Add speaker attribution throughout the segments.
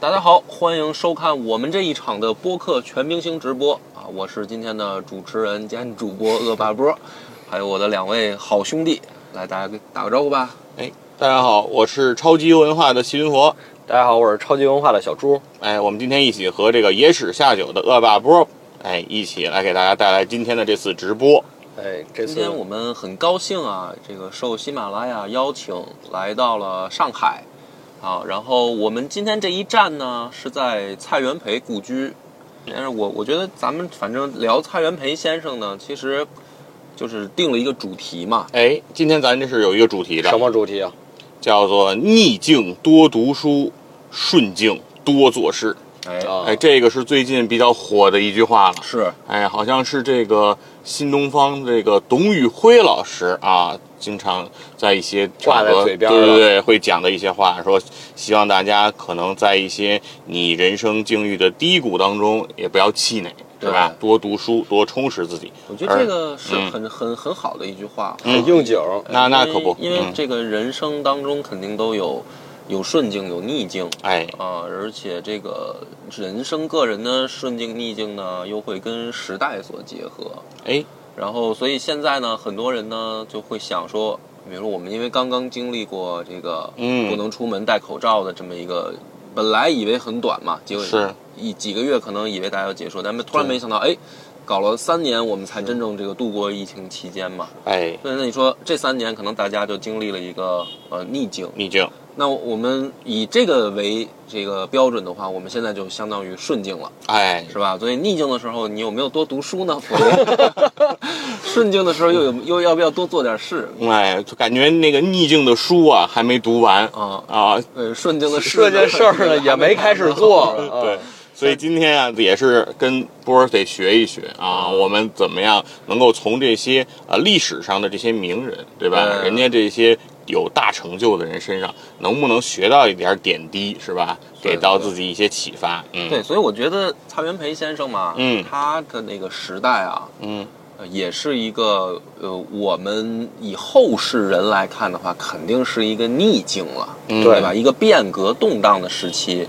Speaker 1: 大家好，欢迎收看我们这一场的播客全明星直播啊！我是今天的主持人兼主播恶霸波，还有我的两位好兄弟，来大家给打个招呼吧。
Speaker 2: 大家好，我是超级文化的齐云佛。
Speaker 3: 大家好，我是超级文化的小猪。
Speaker 2: 哎，我们今天一起和这个野史下酒的恶霸波，哎，一起来给大家带来今天的这次直播。
Speaker 3: 哎，这
Speaker 1: 今
Speaker 3: 次
Speaker 1: 天我们很高兴啊，这个受喜马拉雅邀请来到了上海啊，然后我们今天这一站呢是在蔡元培故居，但是我我觉得咱们反正聊蔡元培先生呢，其实就是定了一个主题嘛，
Speaker 2: 哎，今天咱这是有一个主题
Speaker 3: 什
Speaker 2: 的，
Speaker 3: 么主题啊？
Speaker 2: 叫做逆境多读书，顺境多做事。
Speaker 1: 哎，
Speaker 3: 啊
Speaker 2: 哎，这个是最近比较火的一句话了。
Speaker 1: 是
Speaker 2: 哎，好像是这个新东方这个董宇辉老师啊，经常在一些场合
Speaker 3: 挂在嘴边儿
Speaker 2: 对
Speaker 3: 了
Speaker 2: 对对，会讲的一些话，说希望大家可能在一些你人生境遇的低谷当中，也不要气馁，是吧？多读书，多充实自己。
Speaker 1: 我觉得这
Speaker 2: 而
Speaker 1: 个是
Speaker 2: 嗯
Speaker 1: 很、很很好的一句话。
Speaker 3: 很哎应景儿。
Speaker 2: 那那可不，
Speaker 1: 因为因为
Speaker 2: 嗯、
Speaker 1: 这个人生当中肯定都有有顺境有逆境
Speaker 2: 哎，
Speaker 1: 啊、而且这个人生个人的顺境逆境呢，又会跟时代所结合。
Speaker 2: 哎，
Speaker 1: 然后，所以现在呢，很多人呢就会想说，比如说我们因为刚刚经历过这个
Speaker 2: 嗯
Speaker 1: 不能出门戴口罩的这么一个，本来以为很短嘛，结果
Speaker 2: 是
Speaker 1: 一几个月可能以为大家要结束，但是突然没想到，哎，搞了三年我们才真正这个度过疫情期间嘛。
Speaker 2: 哎，
Speaker 1: 对，那你说这三年可能大家就经历了一个呃逆境，
Speaker 2: 逆境，
Speaker 1: 那我们以这个为这个标准的话，我们现在就相当于顺境了。
Speaker 2: 哎，
Speaker 1: 是吧？所以逆境的时候，你有没有多读书呢？否则 顺境的时候又有又要不要多做点事
Speaker 2: 哎，就感觉那个逆境的书啊还没读完
Speaker 1: 啊？
Speaker 2: 啊，
Speaker 1: 呃，顺境的事呢
Speaker 3: 这件事儿呢也没开始做。
Speaker 1: 还没
Speaker 3: 啊
Speaker 2: 对，所以今天啊，也是跟波儿得学一学啊，
Speaker 1: 嗯
Speaker 2: 我们怎么样能够从这些呃历史上的这些名人，对吧？
Speaker 1: 嗯
Speaker 2: 人家这些有大成就的人身上，能不能学到一点点滴，是吧？
Speaker 1: 对
Speaker 2: 给到自己一些启发。嗯，
Speaker 1: 对，，所以我觉得蔡元培先生嘛，
Speaker 2: 嗯
Speaker 1: 他的那个时代啊，
Speaker 2: 嗯，
Speaker 1: 呃也是一个呃，我们以后世人来看的话，肯定是一个逆境了，
Speaker 2: 嗯
Speaker 1: 对吧？一个变革动荡的时期。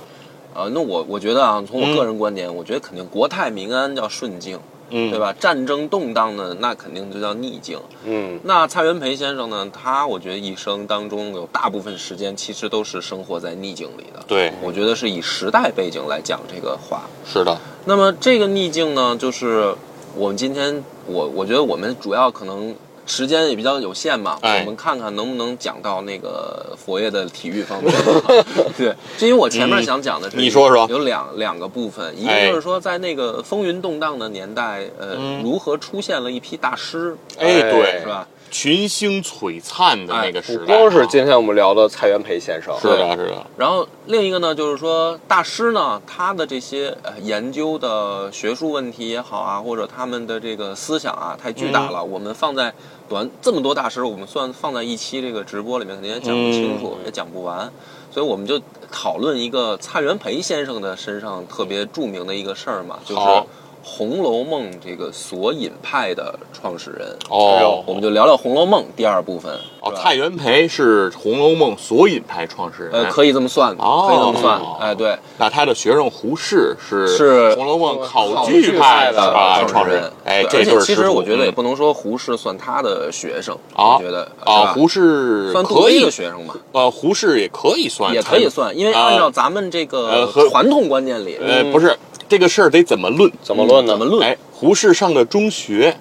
Speaker 1: 呃，那我我觉得啊，从我个人观点，我觉得肯定国泰民安叫顺境，
Speaker 2: 嗯，
Speaker 1: 对？吧？战争动荡呢，那肯定就叫逆境。
Speaker 3: 嗯，
Speaker 1: 那蔡元培先生呢，他我觉得一生当中有大部分时间其实都是生活在逆境里的。，
Speaker 2: 对，
Speaker 1: 我觉得是以时代背景来讲这个话。
Speaker 2: 是的，
Speaker 1: 那么这个逆境呢，就是我们今天我我觉得我们主要可能时间也比较有限嘛，
Speaker 2: 哎
Speaker 1: 我们看看能不能讲到那个佛爷的体育方 面。对，这因为我前面想讲的是、
Speaker 2: 嗯你说说
Speaker 1: 有两两个部分，一
Speaker 2: 哎
Speaker 1: 个就是说在那个风云动荡的年代，呃，
Speaker 2: 嗯
Speaker 1: 如何出现了一批大师，
Speaker 2: 哎，
Speaker 3: 哎
Speaker 2: 对，
Speaker 1: 是吧？
Speaker 2: 群星璀璨的那
Speaker 1: 哎
Speaker 2: 个时
Speaker 3: 不
Speaker 2: 代，
Speaker 3: 光是
Speaker 2: 啊
Speaker 3: 今天我们聊的蔡元培先生，啊
Speaker 2: 是的，是的，
Speaker 1: 然后另一个呢，就是说大师呢，他的这些呃研究的学术问题也好啊，或者他们的这个思想啊，太巨大了。
Speaker 2: 嗯
Speaker 1: 我们放在短这么多大师，我们算放在一期这个直播里面，肯定也讲不清楚，
Speaker 2: 嗯
Speaker 1: 也讲不完。所以我们就讨论一个蔡元培先生的身上特别著名的一个事儿嘛，就是《
Speaker 2: 好
Speaker 1: 红楼梦》这个索引派的创始人。
Speaker 2: 哦
Speaker 1: 我们就聊聊《红楼梦》第二部分。哎
Speaker 2: 哦，
Speaker 1: 是吧
Speaker 2: 蔡元培是《红楼梦》索引派创始人，啊
Speaker 1: 呃，可以这么算，
Speaker 2: 哎哦
Speaker 1: 可以这么算
Speaker 2: 哦。
Speaker 1: 哎，对。
Speaker 2: 那他的学生胡适是
Speaker 1: 是
Speaker 2: 《红楼梦》考
Speaker 3: 据
Speaker 2: 据
Speaker 3: 派
Speaker 2: 派
Speaker 3: 的
Speaker 2: 的啊
Speaker 1: 创
Speaker 2: 创
Speaker 1: 始
Speaker 2: 始
Speaker 1: 人
Speaker 2: 人。。哎，
Speaker 1: 对
Speaker 2: 这
Speaker 1: 而
Speaker 2: 对
Speaker 1: 且
Speaker 2: 是
Speaker 1: 其
Speaker 2: 师
Speaker 1: 实
Speaker 2: 徒
Speaker 1: 我觉得也
Speaker 2: 嗯
Speaker 1: 不能说胡适算他的学生，
Speaker 2: 啊
Speaker 1: 我觉得是
Speaker 2: 啊，
Speaker 1: 吧
Speaker 2: 胡适
Speaker 1: 算杜
Speaker 2: 可
Speaker 1: 威的
Speaker 2: 以
Speaker 1: 学生吧，
Speaker 2: 呃，胡适也可以算，
Speaker 1: 也可以算，因为
Speaker 2: 啊
Speaker 1: 按照咱们这
Speaker 2: 呃
Speaker 1: 个
Speaker 2: 和
Speaker 1: 传统观念里，嗯
Speaker 2: 呃，不是这个事儿得怎么论？
Speaker 3: 怎么论呢？
Speaker 1: 怎么论？
Speaker 2: 哎，胡适上的中学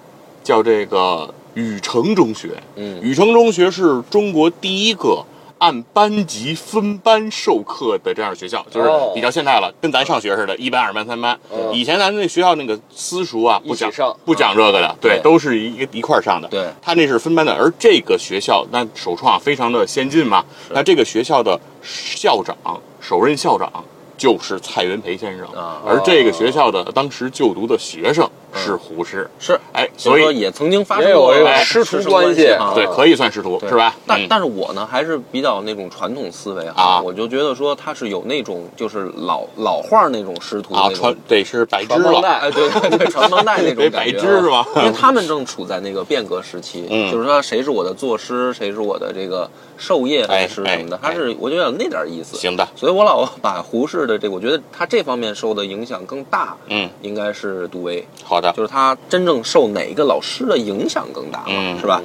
Speaker 2: 叫这个禹城中学，
Speaker 1: 嗯，
Speaker 2: 禹城中学是中国第一个。按班级分班授课的这样的学校，就是
Speaker 3: 哦
Speaker 2: 比较现代了，跟咱上学似的，一班、二班、三班。
Speaker 3: 嗯
Speaker 2: 以前咱们那学校那个私塾啊，不
Speaker 3: 一起
Speaker 2: 讲
Speaker 3: 上
Speaker 2: 不讲这个的，
Speaker 1: 对
Speaker 2: 对，都是一个一块儿上的。
Speaker 1: 对
Speaker 2: 他那是分班的，而这个学校那首创非常的先进嘛。那这个学校的校长，首任校长就是蔡元培先生
Speaker 1: 啊，
Speaker 2: 而这个学校的当时就读的学生是胡适，
Speaker 1: 是，
Speaker 2: 哎，
Speaker 1: 嗯所
Speaker 2: 所
Speaker 1: 以说
Speaker 2: 以
Speaker 1: 也曾经发
Speaker 3: 也
Speaker 1: 生
Speaker 3: 有
Speaker 1: 过
Speaker 3: 这种
Speaker 1: 哎
Speaker 3: 师
Speaker 1: 师
Speaker 3: 徒
Speaker 1: 徒
Speaker 3: 关系
Speaker 1: 系啊，
Speaker 2: 对，可以算师徒
Speaker 1: 对
Speaker 2: 是吧？
Speaker 1: 但
Speaker 2: 嗯
Speaker 1: 但是我呢，还是比较那种传统思维哈，
Speaker 2: 啊
Speaker 1: 我就觉得说他是有那种就是老老画那种师徒
Speaker 2: 啊，
Speaker 1: 那种
Speaker 2: 传得是百枝
Speaker 3: 传帮
Speaker 2: 了，
Speaker 3: 带
Speaker 1: 哎，对 对对，传帮带那种
Speaker 2: 得
Speaker 1: 感
Speaker 2: 百
Speaker 1: 觉
Speaker 2: 枝是
Speaker 1: 啊？
Speaker 2: 吧？
Speaker 1: 因为他们正处在那个变革时期，
Speaker 2: 嗯
Speaker 1: 就是说谁是我的作师，谁是我的这个授业
Speaker 2: 哎
Speaker 1: 老师什么的，
Speaker 2: 哎
Speaker 1: 他是我觉得有那点意思。
Speaker 2: 行的，
Speaker 1: 所以我老 把胡适的这个，我觉得他这方面受的影响更大，
Speaker 2: 嗯，
Speaker 1: 应该是杜威，
Speaker 2: 好的，
Speaker 1: 就是他真正受哪个老师的影响更大嘛，
Speaker 2: 嗯
Speaker 1: 是吧？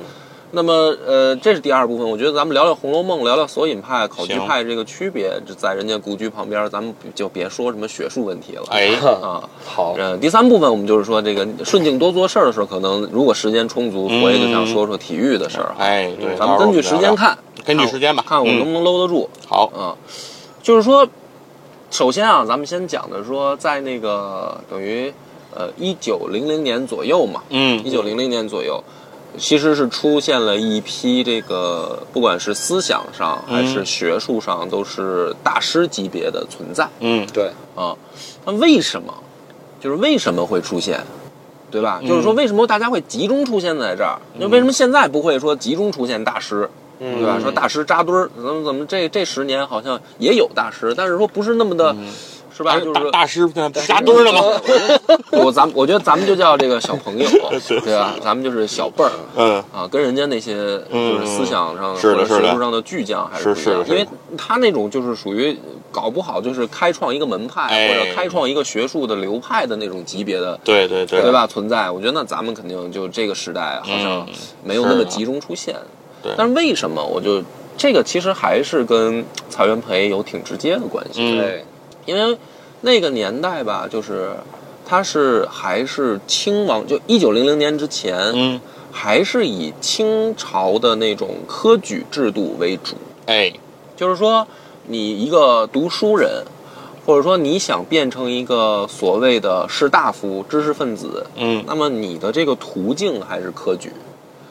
Speaker 1: 那么，呃，这是第二部分。我觉得咱们聊聊《红楼梦》，聊聊索引派、考据
Speaker 2: 行
Speaker 1: 派这个区别，这在人家古居旁边，咱们就别说什么学术问题了。
Speaker 2: 哎，
Speaker 1: 啊，
Speaker 3: 好，
Speaker 1: 呃，第三部分我们就是说，这个顺境多做事儿的时候，可能如果时间充足，回去就想说说体育的事儿。
Speaker 2: 哎，对，
Speaker 1: 嗯咱们根据时间看，
Speaker 2: 根据时间吧
Speaker 1: 看我
Speaker 2: 嗯
Speaker 1: 能不能搂得住。
Speaker 2: 好，
Speaker 1: 啊，就是说，首先啊，咱们先讲的说，在那个等于呃一九零零年左右嘛，一
Speaker 2: 嗯，
Speaker 1: 九零零年左右，其实是出现了一批这个不管是思想上还是
Speaker 2: 嗯
Speaker 1: 学术上都是大师级别的存在
Speaker 2: 嗯，
Speaker 3: 对，
Speaker 1: 啊。那为什么？就是为什么会出现？对吧？就是
Speaker 2: 嗯
Speaker 1: 说，为什么大家会集中出现在这儿？就为什么现在不会说集中出现大师？
Speaker 3: 嗯
Speaker 1: 对吧？说大师扎堆儿，怎么怎么这这十年好像也有大师，但是说不是那么的，是吧？
Speaker 2: 嗯哎大
Speaker 1: 就是
Speaker 2: 大
Speaker 1: 说
Speaker 2: 大师在扎堆儿了吗？
Speaker 1: 我咱我觉得咱们就叫这个小朋 友，对吧？咱们就是小辈儿
Speaker 2: 嗯，
Speaker 1: 啊，跟人家那些就是思想上
Speaker 2: 是的
Speaker 1: 或者
Speaker 2: 是的
Speaker 1: 学术上的巨匠还
Speaker 2: 是
Speaker 1: 不一样
Speaker 2: 是，的
Speaker 1: 因为
Speaker 2: 是
Speaker 1: 他那种就是属于搞不好就是开创一个门派
Speaker 2: 哎
Speaker 1: 或者开创一个学术的流派的那种级别的。
Speaker 2: 对对对，
Speaker 1: 对？吧？存在，我觉得那咱们肯定就这个时代好像
Speaker 2: 嗯
Speaker 1: 没有那么
Speaker 2: 是的
Speaker 1: 集中出现。
Speaker 2: 对
Speaker 1: 但是为什么？我就这个其实还是跟蔡元培有挺直接的关系，
Speaker 2: 嗯
Speaker 3: 对，
Speaker 1: 因为那个年代吧，就是他是还是清王，就一九零零年之前，
Speaker 2: 嗯，
Speaker 1: 还是以清朝的那种科举制度为主，
Speaker 2: 哎，
Speaker 1: 就是说你一个读书人。或者说你想变成一个所谓的士大夫、知识分子，
Speaker 2: 嗯
Speaker 1: 那么你的这个途径还是科举。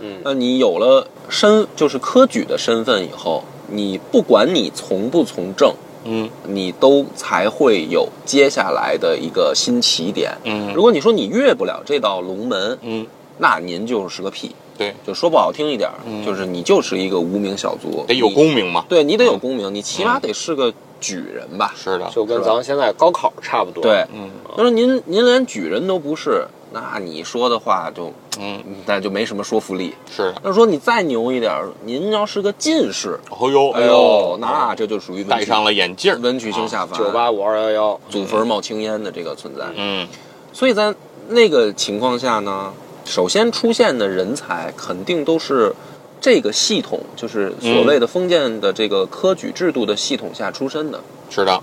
Speaker 3: 嗯
Speaker 1: 那你有了身就是科举的身份以后，你不管你从不从政，
Speaker 2: 嗯
Speaker 1: 你都才会有接下来的一个新起点。
Speaker 2: 嗯
Speaker 1: 如果你说你越不了这道龙门，
Speaker 2: 嗯，
Speaker 1: 那您就是个屁。
Speaker 2: 对，
Speaker 1: 就说不好听一点儿，
Speaker 2: 嗯
Speaker 1: 就是你就是一个无名小卒，
Speaker 2: 得有
Speaker 1: 你，
Speaker 2: 功嗯名嘛，
Speaker 1: 对你得有功名，你起码得是个举人吧？
Speaker 2: 是的，
Speaker 3: 就跟咱们现在高考差不多。
Speaker 1: 对，
Speaker 2: 嗯
Speaker 1: 就是您您连举人都不是，那你说的话就
Speaker 2: 嗯，
Speaker 1: 那就没什么说服力。
Speaker 2: 是的，
Speaker 1: 要说你再牛一点儿，您要是个进士，
Speaker 2: 哦呦
Speaker 1: 哎呦，那这就属于文
Speaker 2: 戴
Speaker 1: 曲
Speaker 2: 上了啊眼镜儿，
Speaker 1: 文曲星下凡，
Speaker 3: 九八五二幺幺，
Speaker 1: 祖坟冒青烟的这个存在。
Speaker 2: 嗯
Speaker 1: 所以在那个情况下呢，首先出现的人才肯定都是这个系统，就是所谓的封建的这个科举制度的系统下出身的。
Speaker 2: 是的，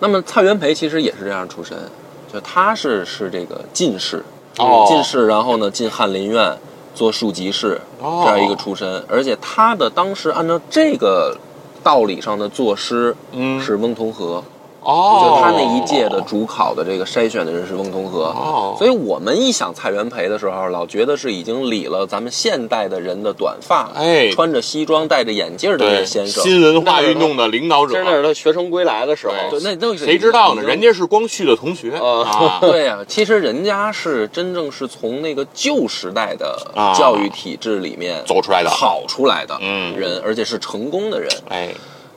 Speaker 1: 那么蔡元培其实也是这样出身，就他是是这个进士，
Speaker 2: 哦
Speaker 1: 进士，然后呢进翰林院做庶吉士
Speaker 2: 哦
Speaker 1: 这样一个出身，而且他的当时按照这个道理上的作诗
Speaker 2: 嗯
Speaker 1: 是翁同龢，
Speaker 2: 哦，
Speaker 1: 就他那一届的主考的这个筛选的人是翁同龢。
Speaker 2: 哦，
Speaker 1: 所以我们一想蔡元培的时候，老觉得是已经理了咱们现代的人的短发，
Speaker 2: 哎
Speaker 1: 穿着西装、戴着眼镜儿的那
Speaker 2: 对
Speaker 1: 个先生，
Speaker 2: 新文化运动的领导
Speaker 3: 这是那
Speaker 2: 者，
Speaker 3: 是他学成归来的时候，
Speaker 1: 对，
Speaker 2: 对
Speaker 1: 那都是
Speaker 2: 谁知道呢？人
Speaker 1: 家。
Speaker 2: 家是光绪的同学
Speaker 3: 啊
Speaker 2: 啊，
Speaker 1: 对啊，其实人家是真正是从那个旧时代的
Speaker 2: 啊
Speaker 1: 教育体制里面
Speaker 2: 走出来的
Speaker 1: 跑出来的
Speaker 2: 嗯
Speaker 1: 人，而且是成功的人。
Speaker 2: 哎，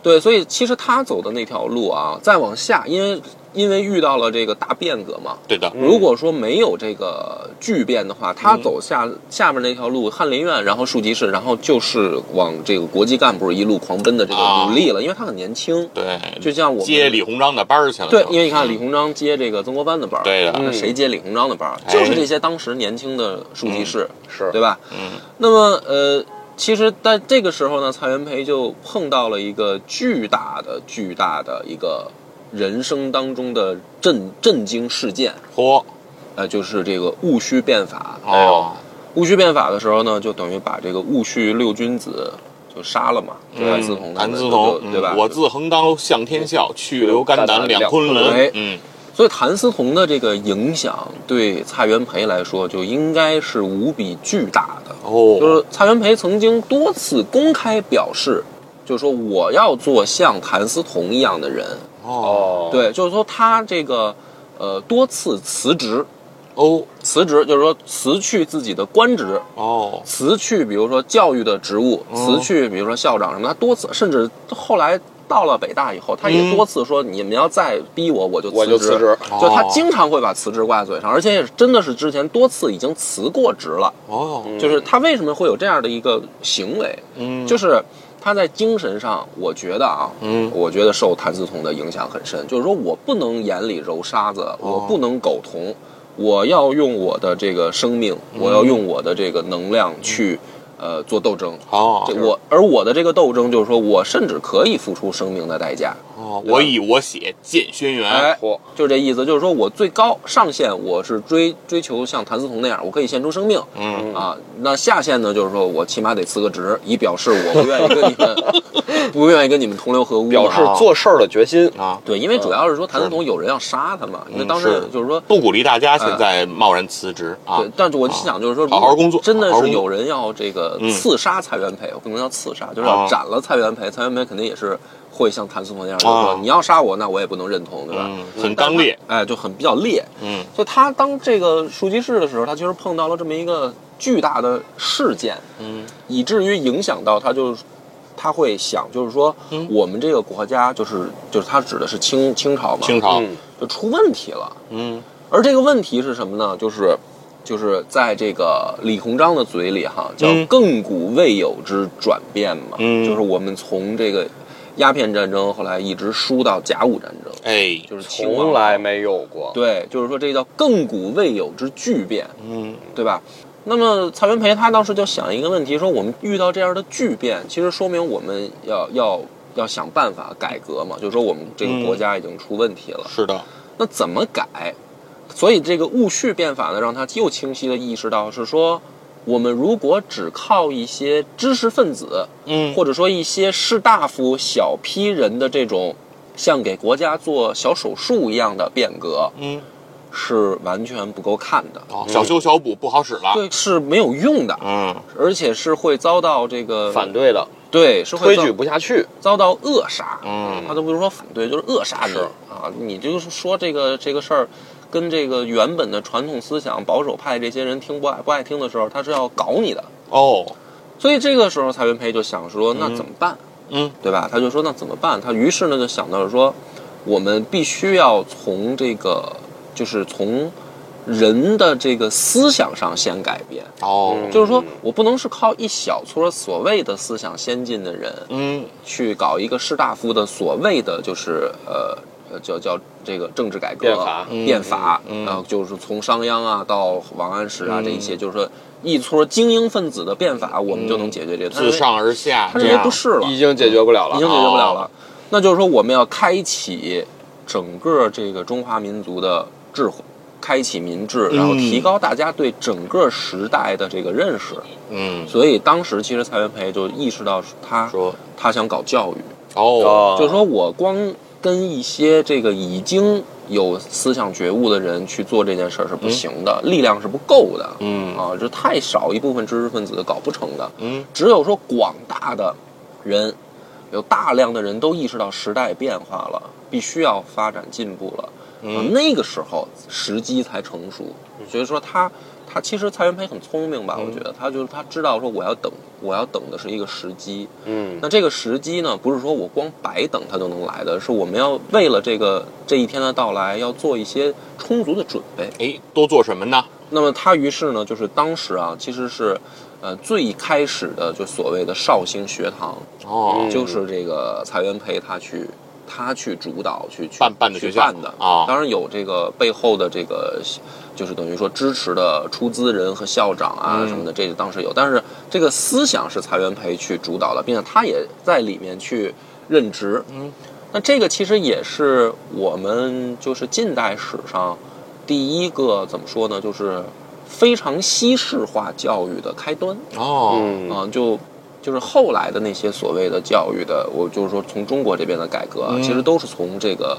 Speaker 1: 对，所以其实他走的那条路啊，再往下，因为因为遇到了这个大变革嘛。
Speaker 2: 对的，
Speaker 1: 如果说没有这个巨变的话，他走下下面那条路，翰林院，然后庶吉士，然后就是往这个国际干部一路狂奔的这个
Speaker 2: 啊
Speaker 1: 努力了，因为他很年轻，
Speaker 2: 对，
Speaker 1: 就像我们
Speaker 2: 接李鸿章的班儿去了就，
Speaker 1: 对，因为你看李鸿章接这个曾国藩的班儿，
Speaker 2: 对的
Speaker 1: 那谁接李鸿章的班儿？
Speaker 2: 哎
Speaker 1: 就是这些当时年轻的庶吉士，
Speaker 3: 是
Speaker 1: 对吧？
Speaker 2: 嗯
Speaker 1: 那么呃，其实在这个时候呢，蔡元培就碰到了一个巨大的、巨大的一个人生当中的震震惊事件，
Speaker 2: 嚯，
Speaker 1: 呃，就是这个戊戌变法。
Speaker 2: 哦，
Speaker 1: 戊戌变法的时候呢，就等于把这个戊戌六君子就杀了嘛，就嗯谭嗣同他
Speaker 2: 嗯谭
Speaker 1: 们
Speaker 2: 嗣
Speaker 1: 就
Speaker 2: 同，
Speaker 1: 对吧？
Speaker 2: 嗯我自横刀向天笑，去留
Speaker 3: 甘
Speaker 2: 肝
Speaker 3: 胆
Speaker 2: 胆两
Speaker 3: 两
Speaker 2: 昆
Speaker 3: 昆
Speaker 2: 仑。
Speaker 1: 仑
Speaker 2: 嗯，
Speaker 1: 所以谭嗣同的这个影响对蔡元培来说，就应该是无比巨大的。
Speaker 2: 哦，
Speaker 1: 就是蔡元培曾经多次公开表示，就是说我要做像谭嗣同一样的人。
Speaker 2: 哦，
Speaker 3: 哦，
Speaker 1: 对，就是说他这个呃多次辞职，
Speaker 2: 哦
Speaker 1: 辞职就是说辞去自己的官职，
Speaker 2: 哦，
Speaker 1: 辞去比如说教育的职务，
Speaker 2: 哦
Speaker 1: 辞去比如说校长什么，他多次甚至后来到了北大以后，他也
Speaker 2: 嗯
Speaker 1: 多次说你们要再逼我，我就
Speaker 3: 我就辞职，哦
Speaker 1: 就他经常会把辞职挂在嘴上，而且也是真的是之前多次已经辞过职了。
Speaker 2: 哦，
Speaker 1: 就是他为什么会有这样的一个行为，
Speaker 2: 嗯，
Speaker 1: 嗯就是是他在精神上，我觉得啊，
Speaker 2: 嗯
Speaker 1: 我觉得受谭嗣同的影响很深。就是说我不能眼里揉沙子，我
Speaker 2: 哦
Speaker 1: 不能苟同，我要用我的这个生命，我
Speaker 2: 嗯
Speaker 1: 要用我的这个能量去，呃，做斗争。
Speaker 2: 哦
Speaker 1: 这我而我的这个斗争就是说我甚至可以付出生命的代价。
Speaker 2: 哦，我以我血荐轩辕，
Speaker 1: 哎
Speaker 3: 嚯，
Speaker 1: 就这意思，就是说我最高上限我是追追求像谭嗣同那样，我可以献出生命。
Speaker 2: 嗯，
Speaker 1: 啊，那下线呢，就是说我起码得辞个职，以表示我不愿意跟你们， 不愿意跟你们同流合污嘛。啊
Speaker 3: 表示做事儿的决心。
Speaker 2: 啊，
Speaker 1: 对，因为主要是说谭嗣同有人要杀他嘛，因为当时
Speaker 2: 嗯是
Speaker 1: 就是说，
Speaker 2: 不鼓励大家现在贸然辞职啊
Speaker 1: 嗯对，，但是我就想就是说，
Speaker 2: 好好工作
Speaker 1: 真的
Speaker 2: 好好
Speaker 1: 是
Speaker 2: 工作
Speaker 1: 有人要这个
Speaker 2: 嗯
Speaker 1: 刺杀蔡元培，我不能叫刺杀，就是
Speaker 2: 啊
Speaker 1: 要斩了蔡元培，蔡元培肯定也是会像谭嗣同那样，就是
Speaker 2: 啊
Speaker 1: 说你要杀我，那我也不能认同，对吧？
Speaker 2: 嗯，很刚烈，
Speaker 1: 但是他，哎，就很比较烈。
Speaker 2: 嗯，
Speaker 1: 所以他当这个枢机室的时候，他其实碰到了这么一个巨大的事件，
Speaker 2: 嗯，
Speaker 1: 以至于影响到他就是。他会想，就是说，
Speaker 2: 嗯
Speaker 1: 我们这个国家就是就是他指的是清清朝嘛，
Speaker 2: 清朝，
Speaker 3: 嗯，
Speaker 1: 就出问题了。
Speaker 2: 嗯，
Speaker 1: 而这个问题是什么呢？就是就是在这个李鸿章的嘴里哈，叫
Speaker 2: 嗯
Speaker 1: 亘古未有之转变嘛，
Speaker 2: 嗯
Speaker 1: 就是我们从这个鸦片战争后来一直输到甲午战争，
Speaker 2: 哎，
Speaker 1: 就是清
Speaker 3: 从
Speaker 1: 王
Speaker 3: 来没有过。
Speaker 1: 对，就是说这叫亘古未有之巨变，
Speaker 2: 嗯，
Speaker 1: 对吧？那么蔡元培他当时就想一个问题，说我们遇到这样的巨变，其实说明我们要要要想办法改革嘛，就是说我们这个国家已经出问题了，
Speaker 2: 是的，
Speaker 1: 那怎么改？所以这个戊戌变法呢，让他又清晰的意识到是说，我们如果只靠一些知识分子，
Speaker 2: 嗯，
Speaker 1: 或者说一些士大夫小批人的这种像给国家做小手术一样的变革，
Speaker 2: 嗯，
Speaker 1: 是完全不够看的。
Speaker 2: 哦，小修小补不好使了，
Speaker 1: 对，是没有用的，
Speaker 2: 嗯，
Speaker 1: 而且是会遭到这个
Speaker 3: 反，对的，
Speaker 1: 对，是会
Speaker 3: 推
Speaker 1: 遭
Speaker 3: 举不下去。
Speaker 1: 遭到扼杀。
Speaker 2: 嗯
Speaker 1: 他都不是说反对，就是扼杀你
Speaker 3: 是
Speaker 1: 啊！你就是说这个这个事儿，跟这个原本的传统思想保守派这些人听不爱不爱听的时候，他是要搞你的。
Speaker 2: 哦，
Speaker 1: 所以这个时候，蔡元培就想说，那怎么办？
Speaker 2: 嗯，
Speaker 1: 对吧？他就说那怎么办？他于是呢就想到了说，我们必须要从这个就是从人的这个思想上先改变。
Speaker 2: 哦，
Speaker 1: 就是说
Speaker 3: 嗯
Speaker 1: 我不能是靠一小撮所谓的思想先进的人
Speaker 2: 嗯，
Speaker 1: 去搞一个士大夫的所谓的就是呃呃叫叫这个政治改革
Speaker 3: 变法
Speaker 2: 嗯
Speaker 1: 变法，
Speaker 2: 嗯
Speaker 1: 然后就是从商鞅啊到王安石啊、
Speaker 2: 嗯
Speaker 1: 这一些，就是说一撮精英分子的变法，我们就能解决这个。他认
Speaker 2: 嗯自
Speaker 1: 为
Speaker 2: 上而下，
Speaker 1: 他
Speaker 2: 这
Speaker 1: 认为
Speaker 2: 样
Speaker 1: 不是了，
Speaker 3: 已经解决不了
Speaker 1: 已经
Speaker 3: 了。
Speaker 1: 解决不了
Speaker 2: 哦
Speaker 1: 了。那就是说，我们要开启整个这个中华民族的智慧，开启民智，然后
Speaker 2: 嗯
Speaker 1: 提高大家对整个时代的这个认识。
Speaker 2: 嗯，
Speaker 1: 所以当时其实蔡元培就意识到他
Speaker 2: 说
Speaker 1: 他想搞教育，
Speaker 2: 哦，
Speaker 1: 就是说我光跟一些这个已经有思想觉悟的人去做这件事儿是不行的，力量是不够的。
Speaker 2: 嗯
Speaker 1: 啊，就太少一部分知识分子搞不成的。
Speaker 2: 嗯
Speaker 1: 只有说广大的人，有大量的人都意识到时代变化了，必须要发展进步了，啊
Speaker 2: 嗯
Speaker 1: 那个时候时机才成熟。所以说他他其实蔡元培很聪明吧，我觉得他就是他知道说我要等，我要等的是一个时机。
Speaker 3: 嗯，
Speaker 1: 那这个时机呢，不是说我光白等它就能来的，是我们要为了这个这一天的到来，要做一些充足的准备。
Speaker 2: 哎，都做什么呢？
Speaker 1: 那么他于是呢，就是当时啊，其实是，呃，最开始的就所谓的绍兴学堂，
Speaker 2: 哦
Speaker 3: 嗯，
Speaker 1: 就是这个蔡元培他去他去主导去去
Speaker 2: 办办的
Speaker 1: 去
Speaker 2: 学校
Speaker 1: 办的
Speaker 2: 啊
Speaker 1: 当然有这个背后的这个就是等于说支持的出资人和校长啊
Speaker 2: 嗯
Speaker 1: 什么的，这个当时有，但是这个思想是蔡元培去主导的，并且他也在里面去任职。
Speaker 2: 嗯，
Speaker 1: 那这个其实也是我们就是近代史上第一个怎么说呢，就是非常西式化教育的开端。
Speaker 2: 哦，
Speaker 3: 嗯
Speaker 1: 啊、就就是后来的那些所谓的教育的，我就是说从中国这边的改革啊，
Speaker 2: 嗯
Speaker 1: 其实都是从这个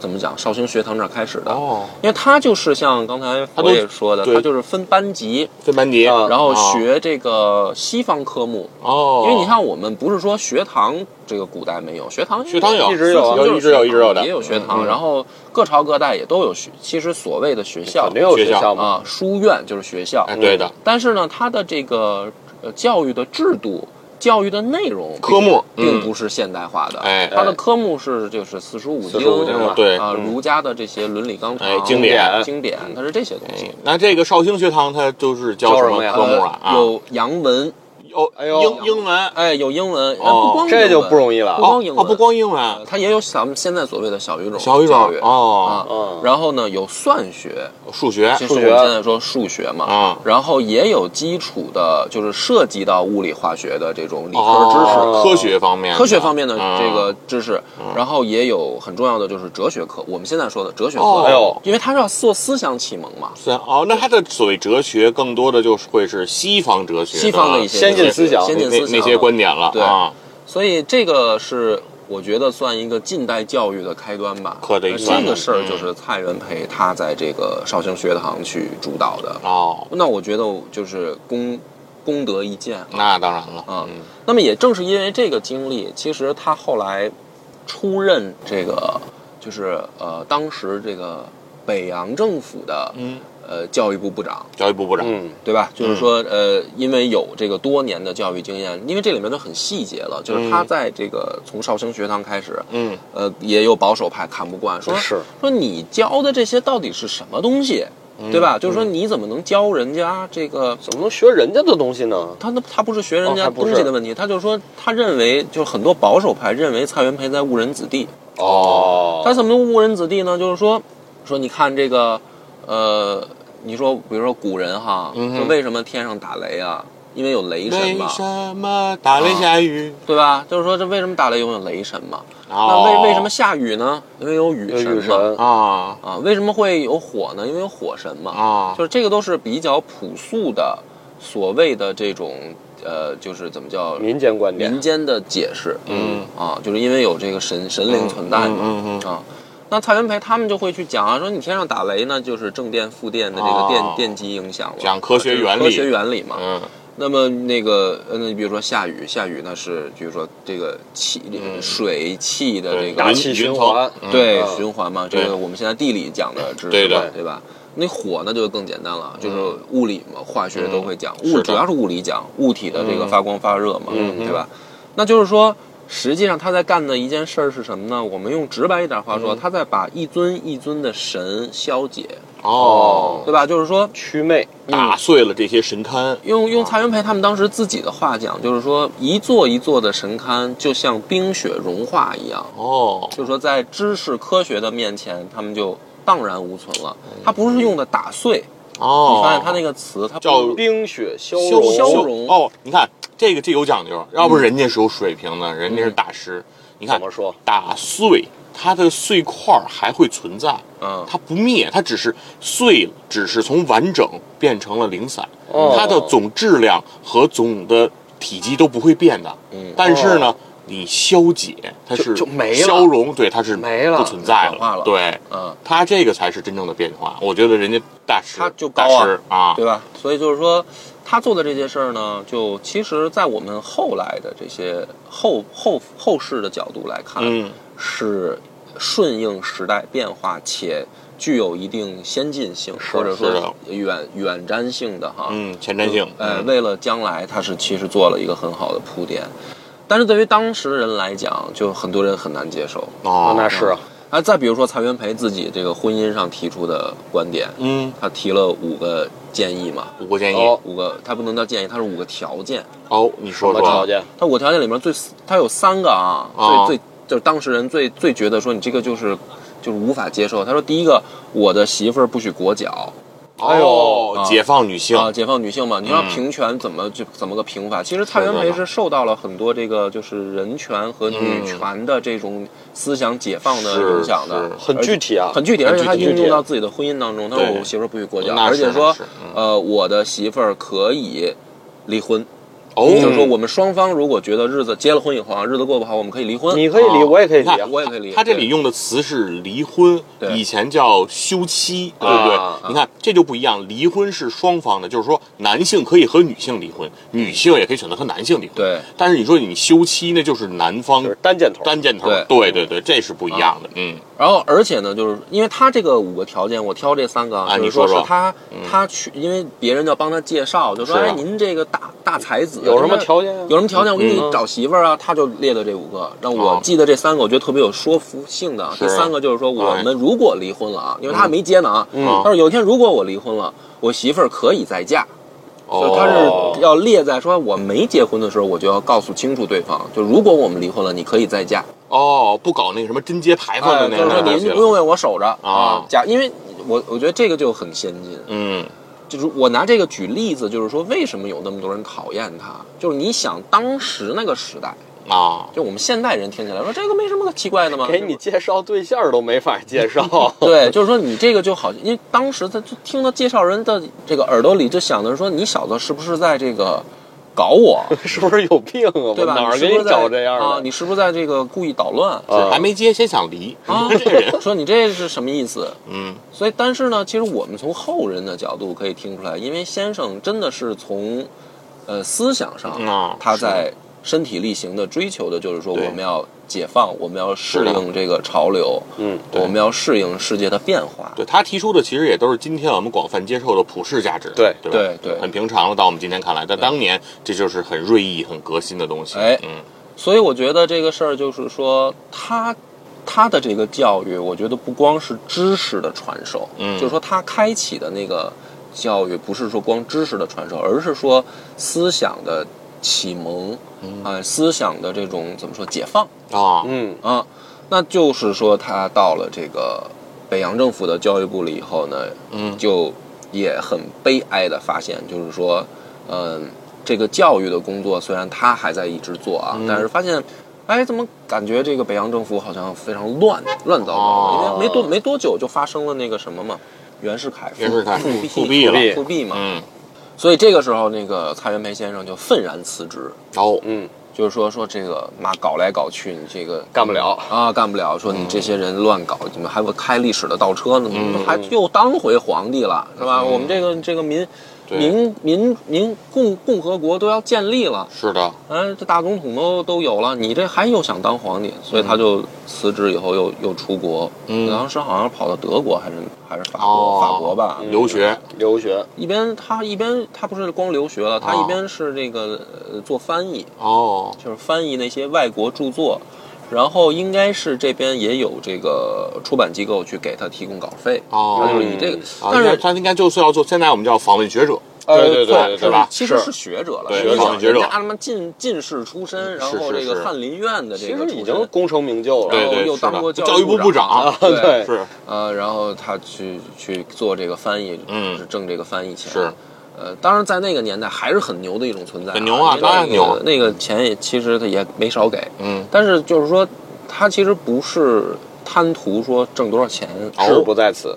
Speaker 1: 怎么讲绍兴学堂那儿开始的。
Speaker 2: 哦，
Speaker 1: 因为他就是像刚才我
Speaker 2: 他都
Speaker 1: 也说的，
Speaker 2: 对
Speaker 1: 他就是分班级，
Speaker 2: 分班级，
Speaker 3: 啊
Speaker 1: 然后
Speaker 2: 哦
Speaker 1: 学这个西方科目。
Speaker 2: 哦，
Speaker 1: 因为你看，我们不是说学堂这个古代没有，学堂
Speaker 2: 学堂有
Speaker 3: 一直有啊
Speaker 2: 有一直有一直有的
Speaker 1: 也有学堂，
Speaker 2: 嗯嗯
Speaker 1: 然后各朝各代也都有学。其实所谓的学校
Speaker 3: 肯定有
Speaker 2: 学
Speaker 3: 学
Speaker 2: 校
Speaker 3: 校嘛。
Speaker 1: 啊，书院就是学校，
Speaker 2: 哎，对的，
Speaker 1: 但是呢，它的这个呃教育的制度、教育的内容、
Speaker 2: 科目
Speaker 1: 并
Speaker 2: 嗯
Speaker 1: 不是现代化的，
Speaker 2: 哎
Speaker 1: 它的科目是就是四书五
Speaker 3: 四书五经
Speaker 1: 啊
Speaker 3: 嘛
Speaker 2: 对
Speaker 1: 啊，儒家的这些伦理纲常、
Speaker 2: 哎经典
Speaker 1: 经典，它是这些东西。
Speaker 2: 哎那这个绍兴学堂它就是教
Speaker 3: 教
Speaker 2: 什
Speaker 3: 什么呀
Speaker 2: 科目啊？
Speaker 1: 呃
Speaker 2: 啊，
Speaker 1: 有洋文，
Speaker 2: 有
Speaker 3: 哎呦
Speaker 2: 英英文，
Speaker 1: 哎，有英文，哎
Speaker 2: 哦
Speaker 1: 不光
Speaker 3: 这就
Speaker 1: 易，
Speaker 3: 不容易了。
Speaker 1: 不光英
Speaker 2: 哦，
Speaker 1: 文
Speaker 2: 不光英
Speaker 1: 呃
Speaker 2: 文，
Speaker 1: 它也有咱们现在所谓的小语种
Speaker 2: 小语种
Speaker 1: 教育
Speaker 2: 哦，
Speaker 1: 啊
Speaker 3: 嗯，
Speaker 1: 然后呢有算学，
Speaker 2: 哎数学
Speaker 1: 就是我
Speaker 3: 数
Speaker 1: 们
Speaker 3: 学
Speaker 1: 现在说数学嘛，
Speaker 2: 啊
Speaker 1: 然后也有基础的，就是涉及到物理化学的这种理科知识。
Speaker 2: 哦，科学方面的，
Speaker 1: 科学方面的
Speaker 2: 啊
Speaker 1: 这个知识，然后也有很重要的就是哲学课，我们现在说的哲学课，
Speaker 2: 哦
Speaker 3: 哎呦
Speaker 1: 因为它是要做思想启蒙嘛，
Speaker 2: 是哦，那它的所谓哲学更多的就是会是西方哲学，
Speaker 1: 西方的一些
Speaker 3: 先进思想
Speaker 1: 先
Speaker 2: 那
Speaker 1: 进思
Speaker 2: 那
Speaker 1: 想
Speaker 2: 那些观点了
Speaker 1: 对
Speaker 2: 啊，
Speaker 1: 所以这个是我觉得算一个近代教育的开端吧。
Speaker 2: 可得
Speaker 1: 呃
Speaker 2: 算
Speaker 1: 这
Speaker 2: 了
Speaker 1: 个事儿
Speaker 2: 嗯
Speaker 1: 就是蔡元培他在这个绍兴学堂去主导的，
Speaker 2: 哦，
Speaker 1: 那我觉得我就是功功德一件啊。
Speaker 2: 那当然了，
Speaker 1: 啊
Speaker 2: 嗯，
Speaker 1: 那么也正是因为这个经历，其实他后来出任这个就是呃当时这个北洋政府的
Speaker 2: 嗯，
Speaker 1: 呃教育部部长，
Speaker 2: 教育部部长，
Speaker 3: 嗯，
Speaker 1: 对吧？就是说呃，因为有这个多年的教育经验，因为这里面都很细节了，就是他在这个从绍兴学堂开始，
Speaker 2: 嗯，
Speaker 1: 呃，也有保守派看不惯，说
Speaker 3: 是
Speaker 1: 说你教的这些到底是什么东西，对吧？就是说你怎么能教人家这个
Speaker 3: 怎么能学人家的东西呢？
Speaker 1: 他那他不是学人
Speaker 3: 哦
Speaker 1: 家
Speaker 3: 还不
Speaker 1: 东
Speaker 3: 是
Speaker 1: 西的问题，他就说他认为就是很多保守派认为蔡元培在误人子弟，
Speaker 3: 哦
Speaker 1: 他怎么误人子弟呢？就是说说你看这个，呃，你说比如说古人哈，
Speaker 2: 嗯哼
Speaker 1: 说为什么天上打雷啊？因为有雷神
Speaker 2: 为
Speaker 1: 嘛，
Speaker 2: 什么打雷下雨？
Speaker 1: 对吧？就是说这为什么打雷拥有雷神嘛？啊那
Speaker 2: 那
Speaker 1: 为为什么下雨呢？因为有雨
Speaker 3: 哦有
Speaker 1: 神
Speaker 3: 雨
Speaker 1: 嘛。
Speaker 3: 神，
Speaker 2: 哦啊
Speaker 1: 啊，为什么会有火呢？因为有火神嘛。
Speaker 3: 哦
Speaker 2: 啊？
Speaker 1: 就是这个都是比较朴素的，所谓的这种呃，就是怎么叫
Speaker 3: 民间观点
Speaker 1: 民。间的解释，
Speaker 2: 嗯
Speaker 1: 啊，就是因为有这个神神灵存在嘛，
Speaker 2: 嗯嗯嗯
Speaker 1: 啊，那蔡元培他们就会去讲啊，说你天上打雷呢，就是正电负电的这个电、
Speaker 2: 哦
Speaker 1: 电机影响了，
Speaker 2: 讲科学
Speaker 1: 就是
Speaker 2: 原理
Speaker 1: 科学原理嘛。
Speaker 2: 嗯
Speaker 1: 那么那个呃，那比如说下雨，下雨那是比如说这个气、
Speaker 2: 嗯
Speaker 1: 水汽的这
Speaker 2: 对，
Speaker 1: 个
Speaker 3: 大
Speaker 2: 云
Speaker 3: 气
Speaker 2: 云层
Speaker 3: 循环
Speaker 2: 嗯
Speaker 1: 对，
Speaker 3: 嗯
Speaker 1: 循环嘛，这
Speaker 2: 对
Speaker 1: 个我们现在地理讲的知识嘛，
Speaker 2: 对
Speaker 1: 对
Speaker 2: 的
Speaker 1: 吧？那火呢就更简单了，就是物理嘛，化学都会讲，
Speaker 2: 嗯
Speaker 1: 物
Speaker 2: 是的
Speaker 1: 主要是物理讲物体的这个发光发热嘛，
Speaker 3: 嗯
Speaker 1: 对吧？那就是说，实际上他在干的一件事儿是什么呢？我们用直白一点话说，
Speaker 2: 嗯
Speaker 1: 他在把一尊一尊的神消解，
Speaker 2: 哦，
Speaker 1: 对吧？就是说，
Speaker 3: 祛魅，
Speaker 2: 打碎了这些神龛，
Speaker 1: 用用蔡元培他们当时自己的话讲，就是说，一座一座的神龛就像冰雪融化一样，
Speaker 2: 哦，
Speaker 1: 就是说在知识科学的面前，他们就荡然无存了。
Speaker 2: 嗯
Speaker 1: 它不是用的打碎，
Speaker 2: 哦，
Speaker 1: 你发现它那个词，它不
Speaker 2: 叫
Speaker 3: 冰雪消
Speaker 2: 消
Speaker 3: 融，
Speaker 1: 消融
Speaker 2: 哦，你看这个这有讲究，要不人家是有水平的，人家是大师。你看
Speaker 3: 嗯怎么说？
Speaker 2: 打碎它的碎块儿还会存在，
Speaker 1: 嗯，
Speaker 2: 它不灭，它只是碎了，只是从完整变成了零散，
Speaker 3: 哦
Speaker 2: 它的总质量和总的体积都不会变的。
Speaker 1: 嗯
Speaker 2: 但是呢，
Speaker 3: 哦
Speaker 2: 你消解它是
Speaker 3: 就就没了
Speaker 2: 消融，对，它是
Speaker 3: 没了
Speaker 2: 不存在
Speaker 1: 转化了
Speaker 2: 对，
Speaker 1: 嗯，
Speaker 2: 它这个才是真正的变化。我觉得人家大师，
Speaker 1: 它就高
Speaker 2: 大
Speaker 1: 啊
Speaker 2: 师啊，
Speaker 1: 对吧？所以就是说，他做的这些事儿呢，就其实，在我们后来的这些后后后世的角度来看，
Speaker 2: 嗯，
Speaker 1: 是顺应时代变化且具有一定先进性，
Speaker 3: 是
Speaker 1: 或者
Speaker 2: 是
Speaker 1: 说
Speaker 2: 的
Speaker 1: 远远瞻性的哈，
Speaker 2: 嗯，前瞻性，
Speaker 1: 啊呃，
Speaker 2: 嗯
Speaker 1: 为了将来，他是其实做了一个很好的铺垫，但是对于当时的人来讲，就很多人很难接受。
Speaker 2: 哦，
Speaker 3: 那是啊，
Speaker 1: 啊，再比如说蔡元培自己这个婚姻上提出的观点，
Speaker 2: 嗯，
Speaker 1: 他提了五个建议嘛，
Speaker 2: 五个建议
Speaker 3: 哦
Speaker 1: 五个他不能叫建议，他是五个条件。
Speaker 2: 哦，你说
Speaker 3: 什么
Speaker 2: 说，
Speaker 3: 条件？
Speaker 1: 他五个条件里面最他有三个啊，
Speaker 2: 哦
Speaker 1: 最最就是当事人最最觉得说你这个就是就是无法接受。他说第一个，我的媳妇儿不许裹脚，
Speaker 3: 哎呦
Speaker 2: 哦，
Speaker 1: 啊
Speaker 2: 解放女性，
Speaker 1: 啊，解放女性嘛，你要
Speaker 2: 嗯
Speaker 1: 平权怎么就怎么个平法？其实蔡元
Speaker 2: 是
Speaker 1: 培
Speaker 2: 的
Speaker 1: 是受到了很多这个就是人权和女权的这种思想解放的
Speaker 2: 是
Speaker 1: 影响的，
Speaker 2: 是
Speaker 3: 很具体啊，
Speaker 1: 很具体，
Speaker 2: 很
Speaker 1: 而且
Speaker 2: 具体
Speaker 1: 他应
Speaker 3: 具
Speaker 1: 用
Speaker 3: 体
Speaker 1: 到自己的婚姻当中。他说
Speaker 2: 对
Speaker 1: 我媳妇儿不许裹脚，
Speaker 2: 那
Speaker 1: 而呃
Speaker 2: 是
Speaker 1: 且说
Speaker 2: 那是嗯
Speaker 1: 呃我的媳妇儿可以离婚，
Speaker 2: 哦
Speaker 1: 就是说我们双方如果觉得日子结了婚以后啊，日子过不好，我们可以离婚。
Speaker 3: 你可以离，
Speaker 2: 哦
Speaker 3: 我也可以离
Speaker 2: 那
Speaker 3: 啊。
Speaker 1: 我也可以离。
Speaker 2: 他这里用的词是离婚，
Speaker 1: 对
Speaker 2: 以前叫休妻，对不对？
Speaker 1: 啊啊
Speaker 2: 你看这就不一样，离婚是双方的，就是说男性可以和女性离婚，女性也可以选择和男性离婚。
Speaker 1: 对
Speaker 2: 但是你说你休妻，那就是男方
Speaker 3: 就是单箭头，
Speaker 2: 单箭头，
Speaker 1: 对啊
Speaker 2: 对对对，这是不一样的。嗯，
Speaker 1: 对然后而且呢，就是因为他这个五个条件，我挑这三个
Speaker 2: 啊
Speaker 1: 就是
Speaker 2: 你说说
Speaker 1: 是他他去，因为别人要帮他介绍，就说
Speaker 2: 是啊
Speaker 1: 哎，您这个大大才子
Speaker 3: 有什么
Speaker 1: 您这
Speaker 3: 条件啊
Speaker 1: 有什么条件？我给你
Speaker 3: 嗯
Speaker 1: 找媳妇儿啊。他就列的这五个，让
Speaker 2: 哦
Speaker 1: 我记得这三个，我觉得特别有说服性的啊。
Speaker 2: 是
Speaker 1: 第三个就是说，我们如果离婚了啊，因为他还没结呢啊，
Speaker 3: 嗯
Speaker 1: 他说有一天如果我离婚了，我媳妇儿可以再嫁。就是他
Speaker 2: 哦
Speaker 1: 是要列在说我没结婚的时候，我就要告诉清楚对方，就如果我们离婚了，你可以再嫁，
Speaker 2: 哦，不搞那个什么贞洁牌坊的
Speaker 1: 哎，
Speaker 2: 那
Speaker 1: 就是
Speaker 2: 个
Speaker 1: 说
Speaker 2: 东西
Speaker 1: 您
Speaker 2: 了
Speaker 1: 不用为我守着
Speaker 2: 啊
Speaker 1: 假，因为我我觉得这个就很先进，
Speaker 2: 嗯，
Speaker 1: 就是我拿这个举例子，就是说为什么有那么多人讨厌他，就是你想当时那个时代，
Speaker 2: 啊，
Speaker 1: 就我们现代人听起来说这个没什么奇怪的嘛，。
Speaker 3: 给你介绍对象都没法介绍
Speaker 1: 对，就是说你这个就好，因为当时他就听他介绍人的这个耳朵里就想的是说你小子是不是在这个搞我，
Speaker 3: 是不是有病啊？我
Speaker 1: 对吧？
Speaker 3: 哪儿
Speaker 1: 是
Speaker 3: 给
Speaker 1: 不
Speaker 3: 你
Speaker 1: 是在
Speaker 3: 找这样
Speaker 1: 啊？
Speaker 3: 的？
Speaker 1: 你是不是在这个故意捣乱
Speaker 3: 啊
Speaker 2: 还没结先想离，
Speaker 1: 呃啊？ 说你这是什么意思？
Speaker 2: 嗯，
Speaker 1: 所以，但是呢，其实我们从后人的角度可以听出来，因为先生真的是从呃思想上，
Speaker 2: 嗯啊
Speaker 1: 他在身体力行的追求的就是说，
Speaker 2: 对
Speaker 1: 我们要解放，我们要
Speaker 2: 是
Speaker 1: 适
Speaker 2: 的
Speaker 1: 应这个潮流，
Speaker 3: 嗯，
Speaker 2: 对
Speaker 1: 我们要适应世界的变化。
Speaker 2: 对他提出的其实也都是今天我们广泛接受的普世价值，
Speaker 3: 对
Speaker 2: 对吧
Speaker 1: 对对
Speaker 2: 很平常了。到我们今天看来，但当年这就是很锐意、很革新的东西。
Speaker 1: 哎
Speaker 2: 嗯，
Speaker 1: 所以我觉得这个事儿就是说，他他的这个教育，我觉得不光是知识的传授，
Speaker 2: 嗯
Speaker 1: 就是说他开启的那个教育，不是说光知识的传授，而是说思想的启蒙，啊、思想的这种怎么说解放
Speaker 2: 啊，
Speaker 3: 嗯，
Speaker 1: 啊，那就是说他到了这个北洋政府的教育部了以后呢，
Speaker 2: 嗯，
Speaker 1: 就也很悲哀的发现，就是说，嗯，这个教育的工作虽然他还在一直做啊，
Speaker 2: 嗯
Speaker 1: 但是发现，哎，怎么感觉这个北洋政府好像非常乱乱糟糟的？
Speaker 2: 哦
Speaker 1: 因为没多没多久就发生了那个什么嘛，袁世凯
Speaker 2: 袁世凯
Speaker 1: 复
Speaker 2: 复
Speaker 1: 复
Speaker 2: 辟
Speaker 3: 了
Speaker 1: 复辟嘛，
Speaker 2: 嗯，
Speaker 1: 所以这个时候那个蔡元培先生就愤然辞职，
Speaker 2: 哦，
Speaker 3: 嗯，
Speaker 1: 就是说说这个妈搞来搞去，你这个
Speaker 3: 干不了
Speaker 1: 啊，干不了。说你这些人乱搞，怎么还有开历史的倒车呢？怎
Speaker 2: 嗯
Speaker 1: 么还又当回皇帝了，是吧？我们这个这个民
Speaker 2: 对
Speaker 1: 民民民共共和国都要建立了，
Speaker 2: 是的，
Speaker 1: 哎，这大总统都都有了，你这还又想当皇帝？所以他就辞职以后又又出国，
Speaker 2: 嗯
Speaker 1: 当时好像跑到德国还是还是法国、
Speaker 2: 哦
Speaker 1: 法国吧，
Speaker 2: 留学，
Speaker 3: 留学
Speaker 1: 一边他一边他不是光留学了，他
Speaker 2: 哦
Speaker 1: 一边是那个呃做翻译，
Speaker 2: 哦，
Speaker 1: 就是翻译那些外国著作，然后应该是这边也有这个出版机构去给他提供稿费，
Speaker 2: 哦
Speaker 1: 他就是以这个，嗯
Speaker 2: 啊，
Speaker 1: 但
Speaker 2: 应该
Speaker 1: 是。
Speaker 2: 他应该就是要做，现在我们叫访问学者，
Speaker 3: 对
Speaker 1: 呃
Speaker 3: 对对对
Speaker 1: 就是
Speaker 2: 吧
Speaker 1: 其实
Speaker 3: 是
Speaker 1: 是学者了，
Speaker 2: 对
Speaker 1: 你
Speaker 2: 学
Speaker 1: 想
Speaker 2: 者
Speaker 1: 人家他妈进进士出身，然后
Speaker 2: 是
Speaker 1: 这
Speaker 2: 是
Speaker 1: 个翰林院的这
Speaker 3: 其
Speaker 1: 个
Speaker 3: 实
Speaker 1: 出身
Speaker 3: 已经，功成名就了。
Speaker 2: 对对，
Speaker 1: 又
Speaker 2: 是
Speaker 1: 当
Speaker 2: 的
Speaker 1: 过教
Speaker 2: 教
Speaker 1: 育
Speaker 2: 育部
Speaker 1: 部啊
Speaker 2: 长，
Speaker 1: 对
Speaker 3: 对，
Speaker 2: 是，
Speaker 1: 呃，然后他去去做这个翻译，
Speaker 2: 嗯
Speaker 1: 就是挣这个翻译钱，
Speaker 2: 是，
Speaker 1: 呃，当然在那个年代还是很牛的一种存在、
Speaker 2: 很牛啊
Speaker 1: 因为那个
Speaker 2: 当然牛啊
Speaker 1: 那个钱也其实他也没少给，
Speaker 2: 嗯，
Speaker 1: 但是就是说，他其实不是贪图说挣多少钱，
Speaker 3: 志不在此。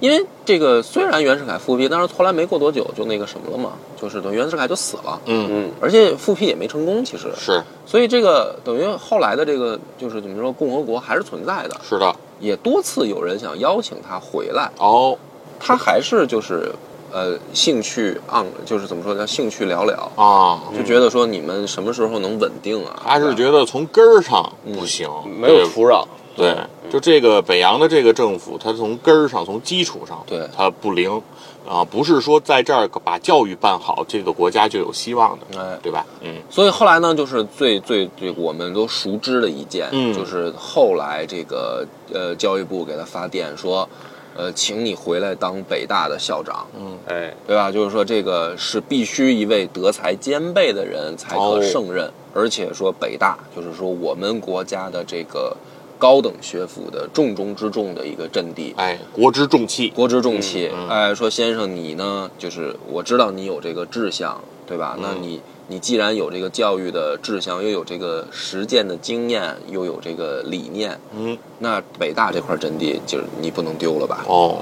Speaker 1: 因为这个虽然袁世凯复辟，但是后来没过多久就那个什么了嘛，就是等于袁世凯就死了，
Speaker 2: 嗯，
Speaker 3: 嗯，
Speaker 1: 而且复辟也没成功，其实，
Speaker 2: 是
Speaker 1: 所以这个等于后来的这个就是怎么说，共和国还是存在的，
Speaker 2: 是的，
Speaker 1: 也多次有人想邀请他回来，
Speaker 2: 哦，
Speaker 1: 他还是就是呃兴趣盎，就是怎么说叫兴趣寥寥。
Speaker 2: 啊，
Speaker 1: 就觉得说你们什么时候能稳定啊？
Speaker 2: 他是
Speaker 1: 对吧
Speaker 2: 觉得从根儿上不行，
Speaker 3: 没有
Speaker 2: 对
Speaker 3: 土壤。
Speaker 2: 对，
Speaker 1: 嗯
Speaker 2: 就这个北洋的这个政府，它从根儿上、从基础上，
Speaker 1: 对
Speaker 2: 它不灵，啊，不是说在这儿把教育办好，这个国家就有希望的，
Speaker 1: 哎
Speaker 2: 对吧？嗯，
Speaker 1: 所以后来呢，就是最最最我们都熟知的一件，
Speaker 2: 嗯
Speaker 1: 就是后来这个呃教育部给他发电说，呃，请你回来当北大的校长，
Speaker 3: 哎，
Speaker 1: 对吧？就是说这个是必须一位德才兼备的人才可胜任，而且说北大就是说我们国家的这个高等学府的重中之重的一个阵地。
Speaker 2: 哎，国之重器，
Speaker 1: 国之重器，
Speaker 2: 嗯
Speaker 1: 哎，说先生你呢，就是我知道你有这个志向，对吧？
Speaker 2: 嗯
Speaker 1: 那你你既然有这个教育的志向，又有这个实践的经验，又有这个理念，
Speaker 2: 嗯，
Speaker 1: 那北大这块阵地就是你不能丢了吧？
Speaker 2: 哦，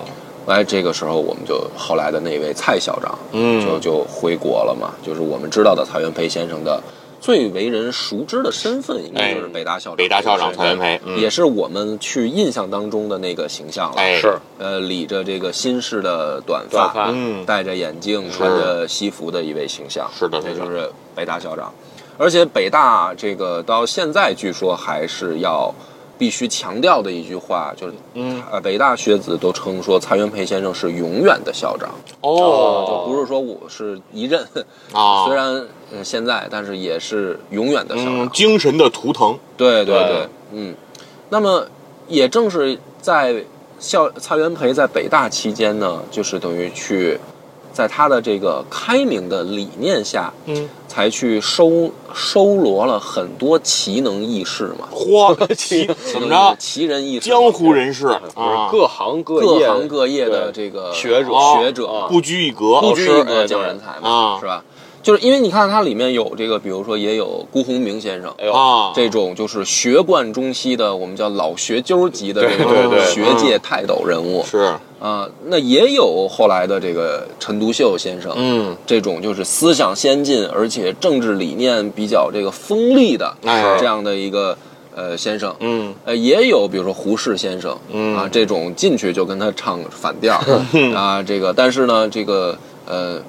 Speaker 1: 哎，这个时候我们就后来的那位蔡校长，
Speaker 2: 嗯
Speaker 1: 就就回国了嘛，就是我们知道的蔡元培先生的最为人熟知的身份，应该就是
Speaker 2: 哎
Speaker 1: 北大校长。
Speaker 2: 北大校长
Speaker 1: 这个
Speaker 2: 蔡元培嗯
Speaker 1: 也是我们去印象当中的那个形象了。
Speaker 2: 哎，
Speaker 3: 是，
Speaker 1: 呃，理着这个新式的短
Speaker 3: 短发
Speaker 2: 嗯，
Speaker 1: 戴着眼镜、穿着西服的一位形象，
Speaker 2: 是的
Speaker 1: 这
Speaker 2: 是的
Speaker 1: 就是北大校长。而且北大这个到现在据说还是要必须强调的一句话，就是，
Speaker 2: 嗯
Speaker 1: 呃，北大学子都称说蔡元培先生是永远的校长，
Speaker 2: 哦，
Speaker 3: 哦
Speaker 1: 不是说我是一任，
Speaker 2: 啊，
Speaker 1: 虽然嗯现在，但是也是永远的校长。
Speaker 2: 嗯，精神的图腾，
Speaker 1: 对对
Speaker 3: 对
Speaker 1: 对，嗯，那么也正是在校蔡元培在北大期间呢，就是等于去，在他的这个开明的理念下，
Speaker 2: 嗯，
Speaker 1: 才去收收罗了很多奇能异士嘛，
Speaker 2: 嚯，奇怎么着？
Speaker 1: 奇人异士嘛，
Speaker 2: 江湖人士
Speaker 3: 不
Speaker 2: 啊
Speaker 3: 是，各行各
Speaker 1: 各
Speaker 3: 业
Speaker 1: 行各业的这
Speaker 3: 对
Speaker 1: 个
Speaker 3: 学者
Speaker 1: 学者
Speaker 3: 哦
Speaker 1: 嘛
Speaker 2: 不拘一格，
Speaker 1: 啊不拘一
Speaker 3: 老师
Speaker 1: 格
Speaker 3: 哎
Speaker 1: 降
Speaker 3: 对
Speaker 1: 人才嘛
Speaker 2: 啊，
Speaker 1: 是吧？就是因为你看它里面有这个，比如说也有辜鸿铭先生，
Speaker 3: 哎呦，
Speaker 2: 啊，
Speaker 1: 这种就是学贯中西的，我们叫老学究级的这
Speaker 3: 对对
Speaker 1: 种
Speaker 3: 对
Speaker 1: 学界泰斗人物
Speaker 2: 是，
Speaker 1: 啊、那也有后来的这个陈独秀先生，
Speaker 2: 嗯，
Speaker 1: 这种就是思想先进，而且政治理念比较这个锋利的
Speaker 2: 哎
Speaker 1: 这样的一个呃先生。
Speaker 2: 嗯，
Speaker 1: 呃，也有比如说胡适先生，
Speaker 2: 嗯
Speaker 1: 啊，这种进去就跟他唱反调啊，这个，但是呢，这个呃。呃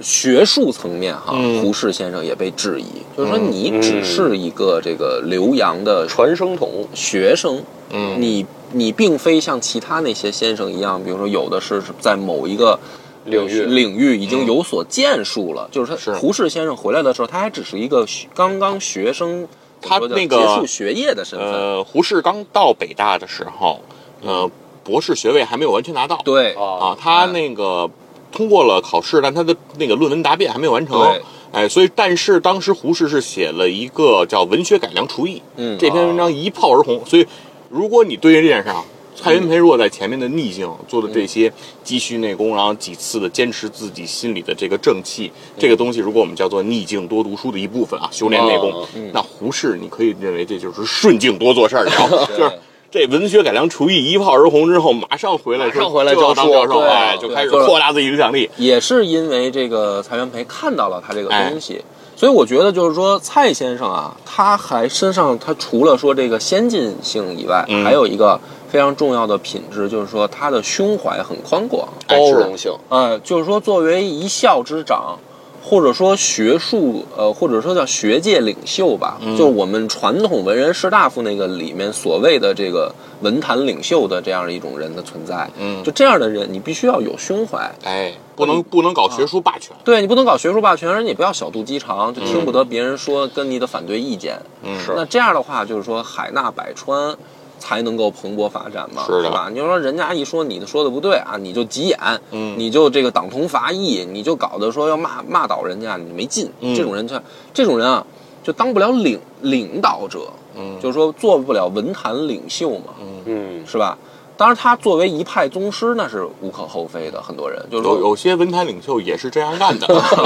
Speaker 1: 学术层面哈，
Speaker 2: 嗯
Speaker 1: 胡适先生也被质疑，就是说你只是一个这个留洋的
Speaker 3: 传声筒，
Speaker 1: 学生，
Speaker 2: 嗯
Speaker 1: 你你并非像其他那些先生一样，比如说有的是在某一个
Speaker 3: 领域
Speaker 1: 领域已经有所建树了，就是
Speaker 2: 是
Speaker 1: 他胡适先生回来的时候，他还只是一个学刚刚学生，
Speaker 2: 他
Speaker 1: 怎么说叫
Speaker 2: 那个
Speaker 1: 结束学业的身份，
Speaker 2: 呃，胡适刚到北大的时候，呃，博士学位还没有完全拿到，
Speaker 1: 对
Speaker 2: 啊
Speaker 3: 啊，，
Speaker 2: 他那个通过了考试，但他的那个论文答辩还没有完成
Speaker 1: 对。
Speaker 2: 哎，所以但是当时胡适是写了一个叫《文学改良刍议》，
Speaker 1: 嗯
Speaker 2: 这篇文章一炮而红。所以，如果你对于这件事啊，蔡元培如果在前面的逆境做的这些积蓄内功，然后几次的坚持自己心里的这个正气，这个东西，如果我们叫做逆境多读书的一部分啊，修炼内功
Speaker 3: 哦，
Speaker 2: 那胡适你可以认为这就是顺境多做事儿，然后
Speaker 1: 对
Speaker 2: 就是。这文学改良刍议一炮而红之后，马上回来说，
Speaker 3: 马上回来
Speaker 2: 就要当教
Speaker 3: 教书
Speaker 2: 授，
Speaker 1: 对
Speaker 2: 哎，
Speaker 1: 对
Speaker 2: 就开始
Speaker 1: 就是
Speaker 2: 扩大自己影响力。
Speaker 1: 也是因为这个蔡元培看到了他这个
Speaker 2: 哎
Speaker 1: 东西，所以我觉得就是说蔡先生啊，他还身上他除了说这个先进性以外，
Speaker 2: 嗯
Speaker 1: 还有一个非常重要的品质，就是说他的胸怀很宽广。
Speaker 2: 哎
Speaker 3: 包
Speaker 2: 是
Speaker 3: 容性，
Speaker 1: 呃，就是说作为一校之长，或者说学术呃，或者说叫学界领袖吧，
Speaker 2: 嗯
Speaker 1: 就是我们传统文人士大夫那个里面所谓的这个文坛领袖的这样一种人的存在。
Speaker 2: 嗯
Speaker 1: 就这样的人，你必须要有胸怀。
Speaker 2: 哎，不能不能搞学术霸权，
Speaker 1: 对你不能搞学术霸权，而且也不要小肚鸡肠，就听不得别人说跟你的反对意见。
Speaker 2: 嗯
Speaker 3: 是
Speaker 1: 那这样的话，就是说海纳百川，才能够蓬勃发展嘛，
Speaker 2: 是的
Speaker 1: 吧？你就说人家一说你的说的不对啊，你就急眼，
Speaker 2: 嗯
Speaker 1: 你就这个党同伐异，你就搞得说要骂骂倒人家，你没劲。
Speaker 2: 嗯
Speaker 1: 这种人就这种人啊，就当不了领领导者，
Speaker 2: 嗯
Speaker 1: 就是说做不了文坛领袖嘛，
Speaker 3: 嗯，
Speaker 1: 是吧？当然，他作为一派宗师，那是无可厚非的。很多人就是说
Speaker 2: 有有些文坛领袖也是这样干的，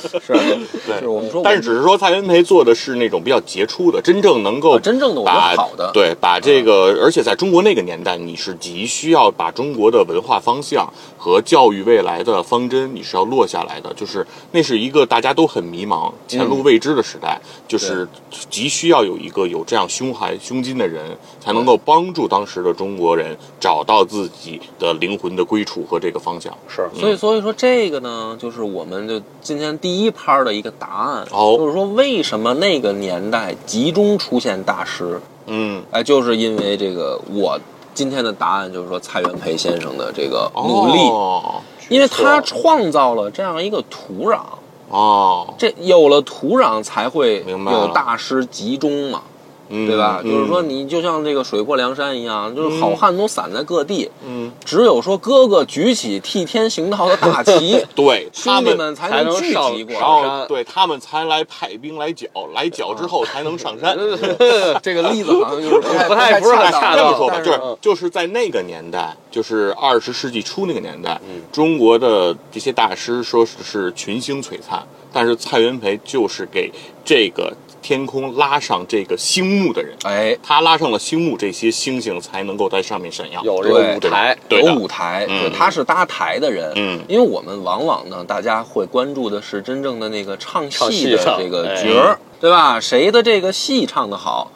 Speaker 1: 是，就是我们说我们，
Speaker 2: 但是只是说蔡元培做的是那种比较杰出的，真正能够
Speaker 1: 啊真正的我觉得
Speaker 2: 把
Speaker 1: 好的，嗯
Speaker 2: 对，把这个，而且在中国那个年代，你是急需要把中国的文化方向和教育未来的方针，你是要落下来的。就是那是一个大家都很迷茫、前
Speaker 1: 嗯
Speaker 2: 路未知的时代，就是急需要有一个有这样胸怀、胸襟的人，才能够帮助当时的中国人找到自己的灵魂的归处和这个方向。
Speaker 3: 是，
Speaker 1: 所
Speaker 2: 嗯
Speaker 1: 以，所以说这个呢，就是我们的今天第一拍的一个答案，
Speaker 2: 哦
Speaker 1: 就是说为什么那个年代集中出现大师，
Speaker 2: 嗯，
Speaker 1: 哎，就是因为这个我今天的答案就是说蔡元培先生的这个努力，
Speaker 2: 哦
Speaker 1: 因为他创造了这样一个土壤，
Speaker 2: 哦，
Speaker 1: 这有了土壤才会
Speaker 2: 明白了
Speaker 1: 有大师集中嘛，
Speaker 2: 嗯
Speaker 1: 对吧？
Speaker 2: 嗯
Speaker 1: 就是说你就像这个水泊梁山一样，就是好汉都散在各地，
Speaker 2: 嗯，
Speaker 1: 只有说哥哥举起替天行道的大 旗。
Speaker 2: 对
Speaker 1: 兄
Speaker 2: 他
Speaker 1: 弟
Speaker 2: 们
Speaker 1: 们才
Speaker 3: 才能
Speaker 1: 聚
Speaker 3: 上
Speaker 1: 集过
Speaker 2: 然
Speaker 1: 来
Speaker 3: 上。
Speaker 2: 后
Speaker 3: 山
Speaker 2: 对他们才来派兵来剿，来剿之后才能上山。
Speaker 1: 这个例子好像就是不
Speaker 3: 不太不是很恰
Speaker 2: 这么说吧，
Speaker 1: 但
Speaker 2: 就是是就是在那个年代，就是二十世纪初那个年代，中国的这些大师说是是群星璀璨，但是蔡元培就是给这个天空拉上这个星幕的人，
Speaker 1: 哎，
Speaker 2: 他拉上了星幕，这些星星才能够在上面闪耀。
Speaker 3: 有这
Speaker 1: 对
Speaker 3: 个舞台，
Speaker 2: 对的
Speaker 1: 有舞台，
Speaker 2: 嗯
Speaker 1: 对，他是搭台的人，
Speaker 2: 嗯
Speaker 1: 因为我们往往呢，大家会关注的是真正的那个唱
Speaker 3: 唱
Speaker 1: 戏
Speaker 3: 戏
Speaker 1: 的
Speaker 3: 上
Speaker 1: 这个
Speaker 3: 哎
Speaker 1: 角儿，对吧？谁的这个戏唱得好？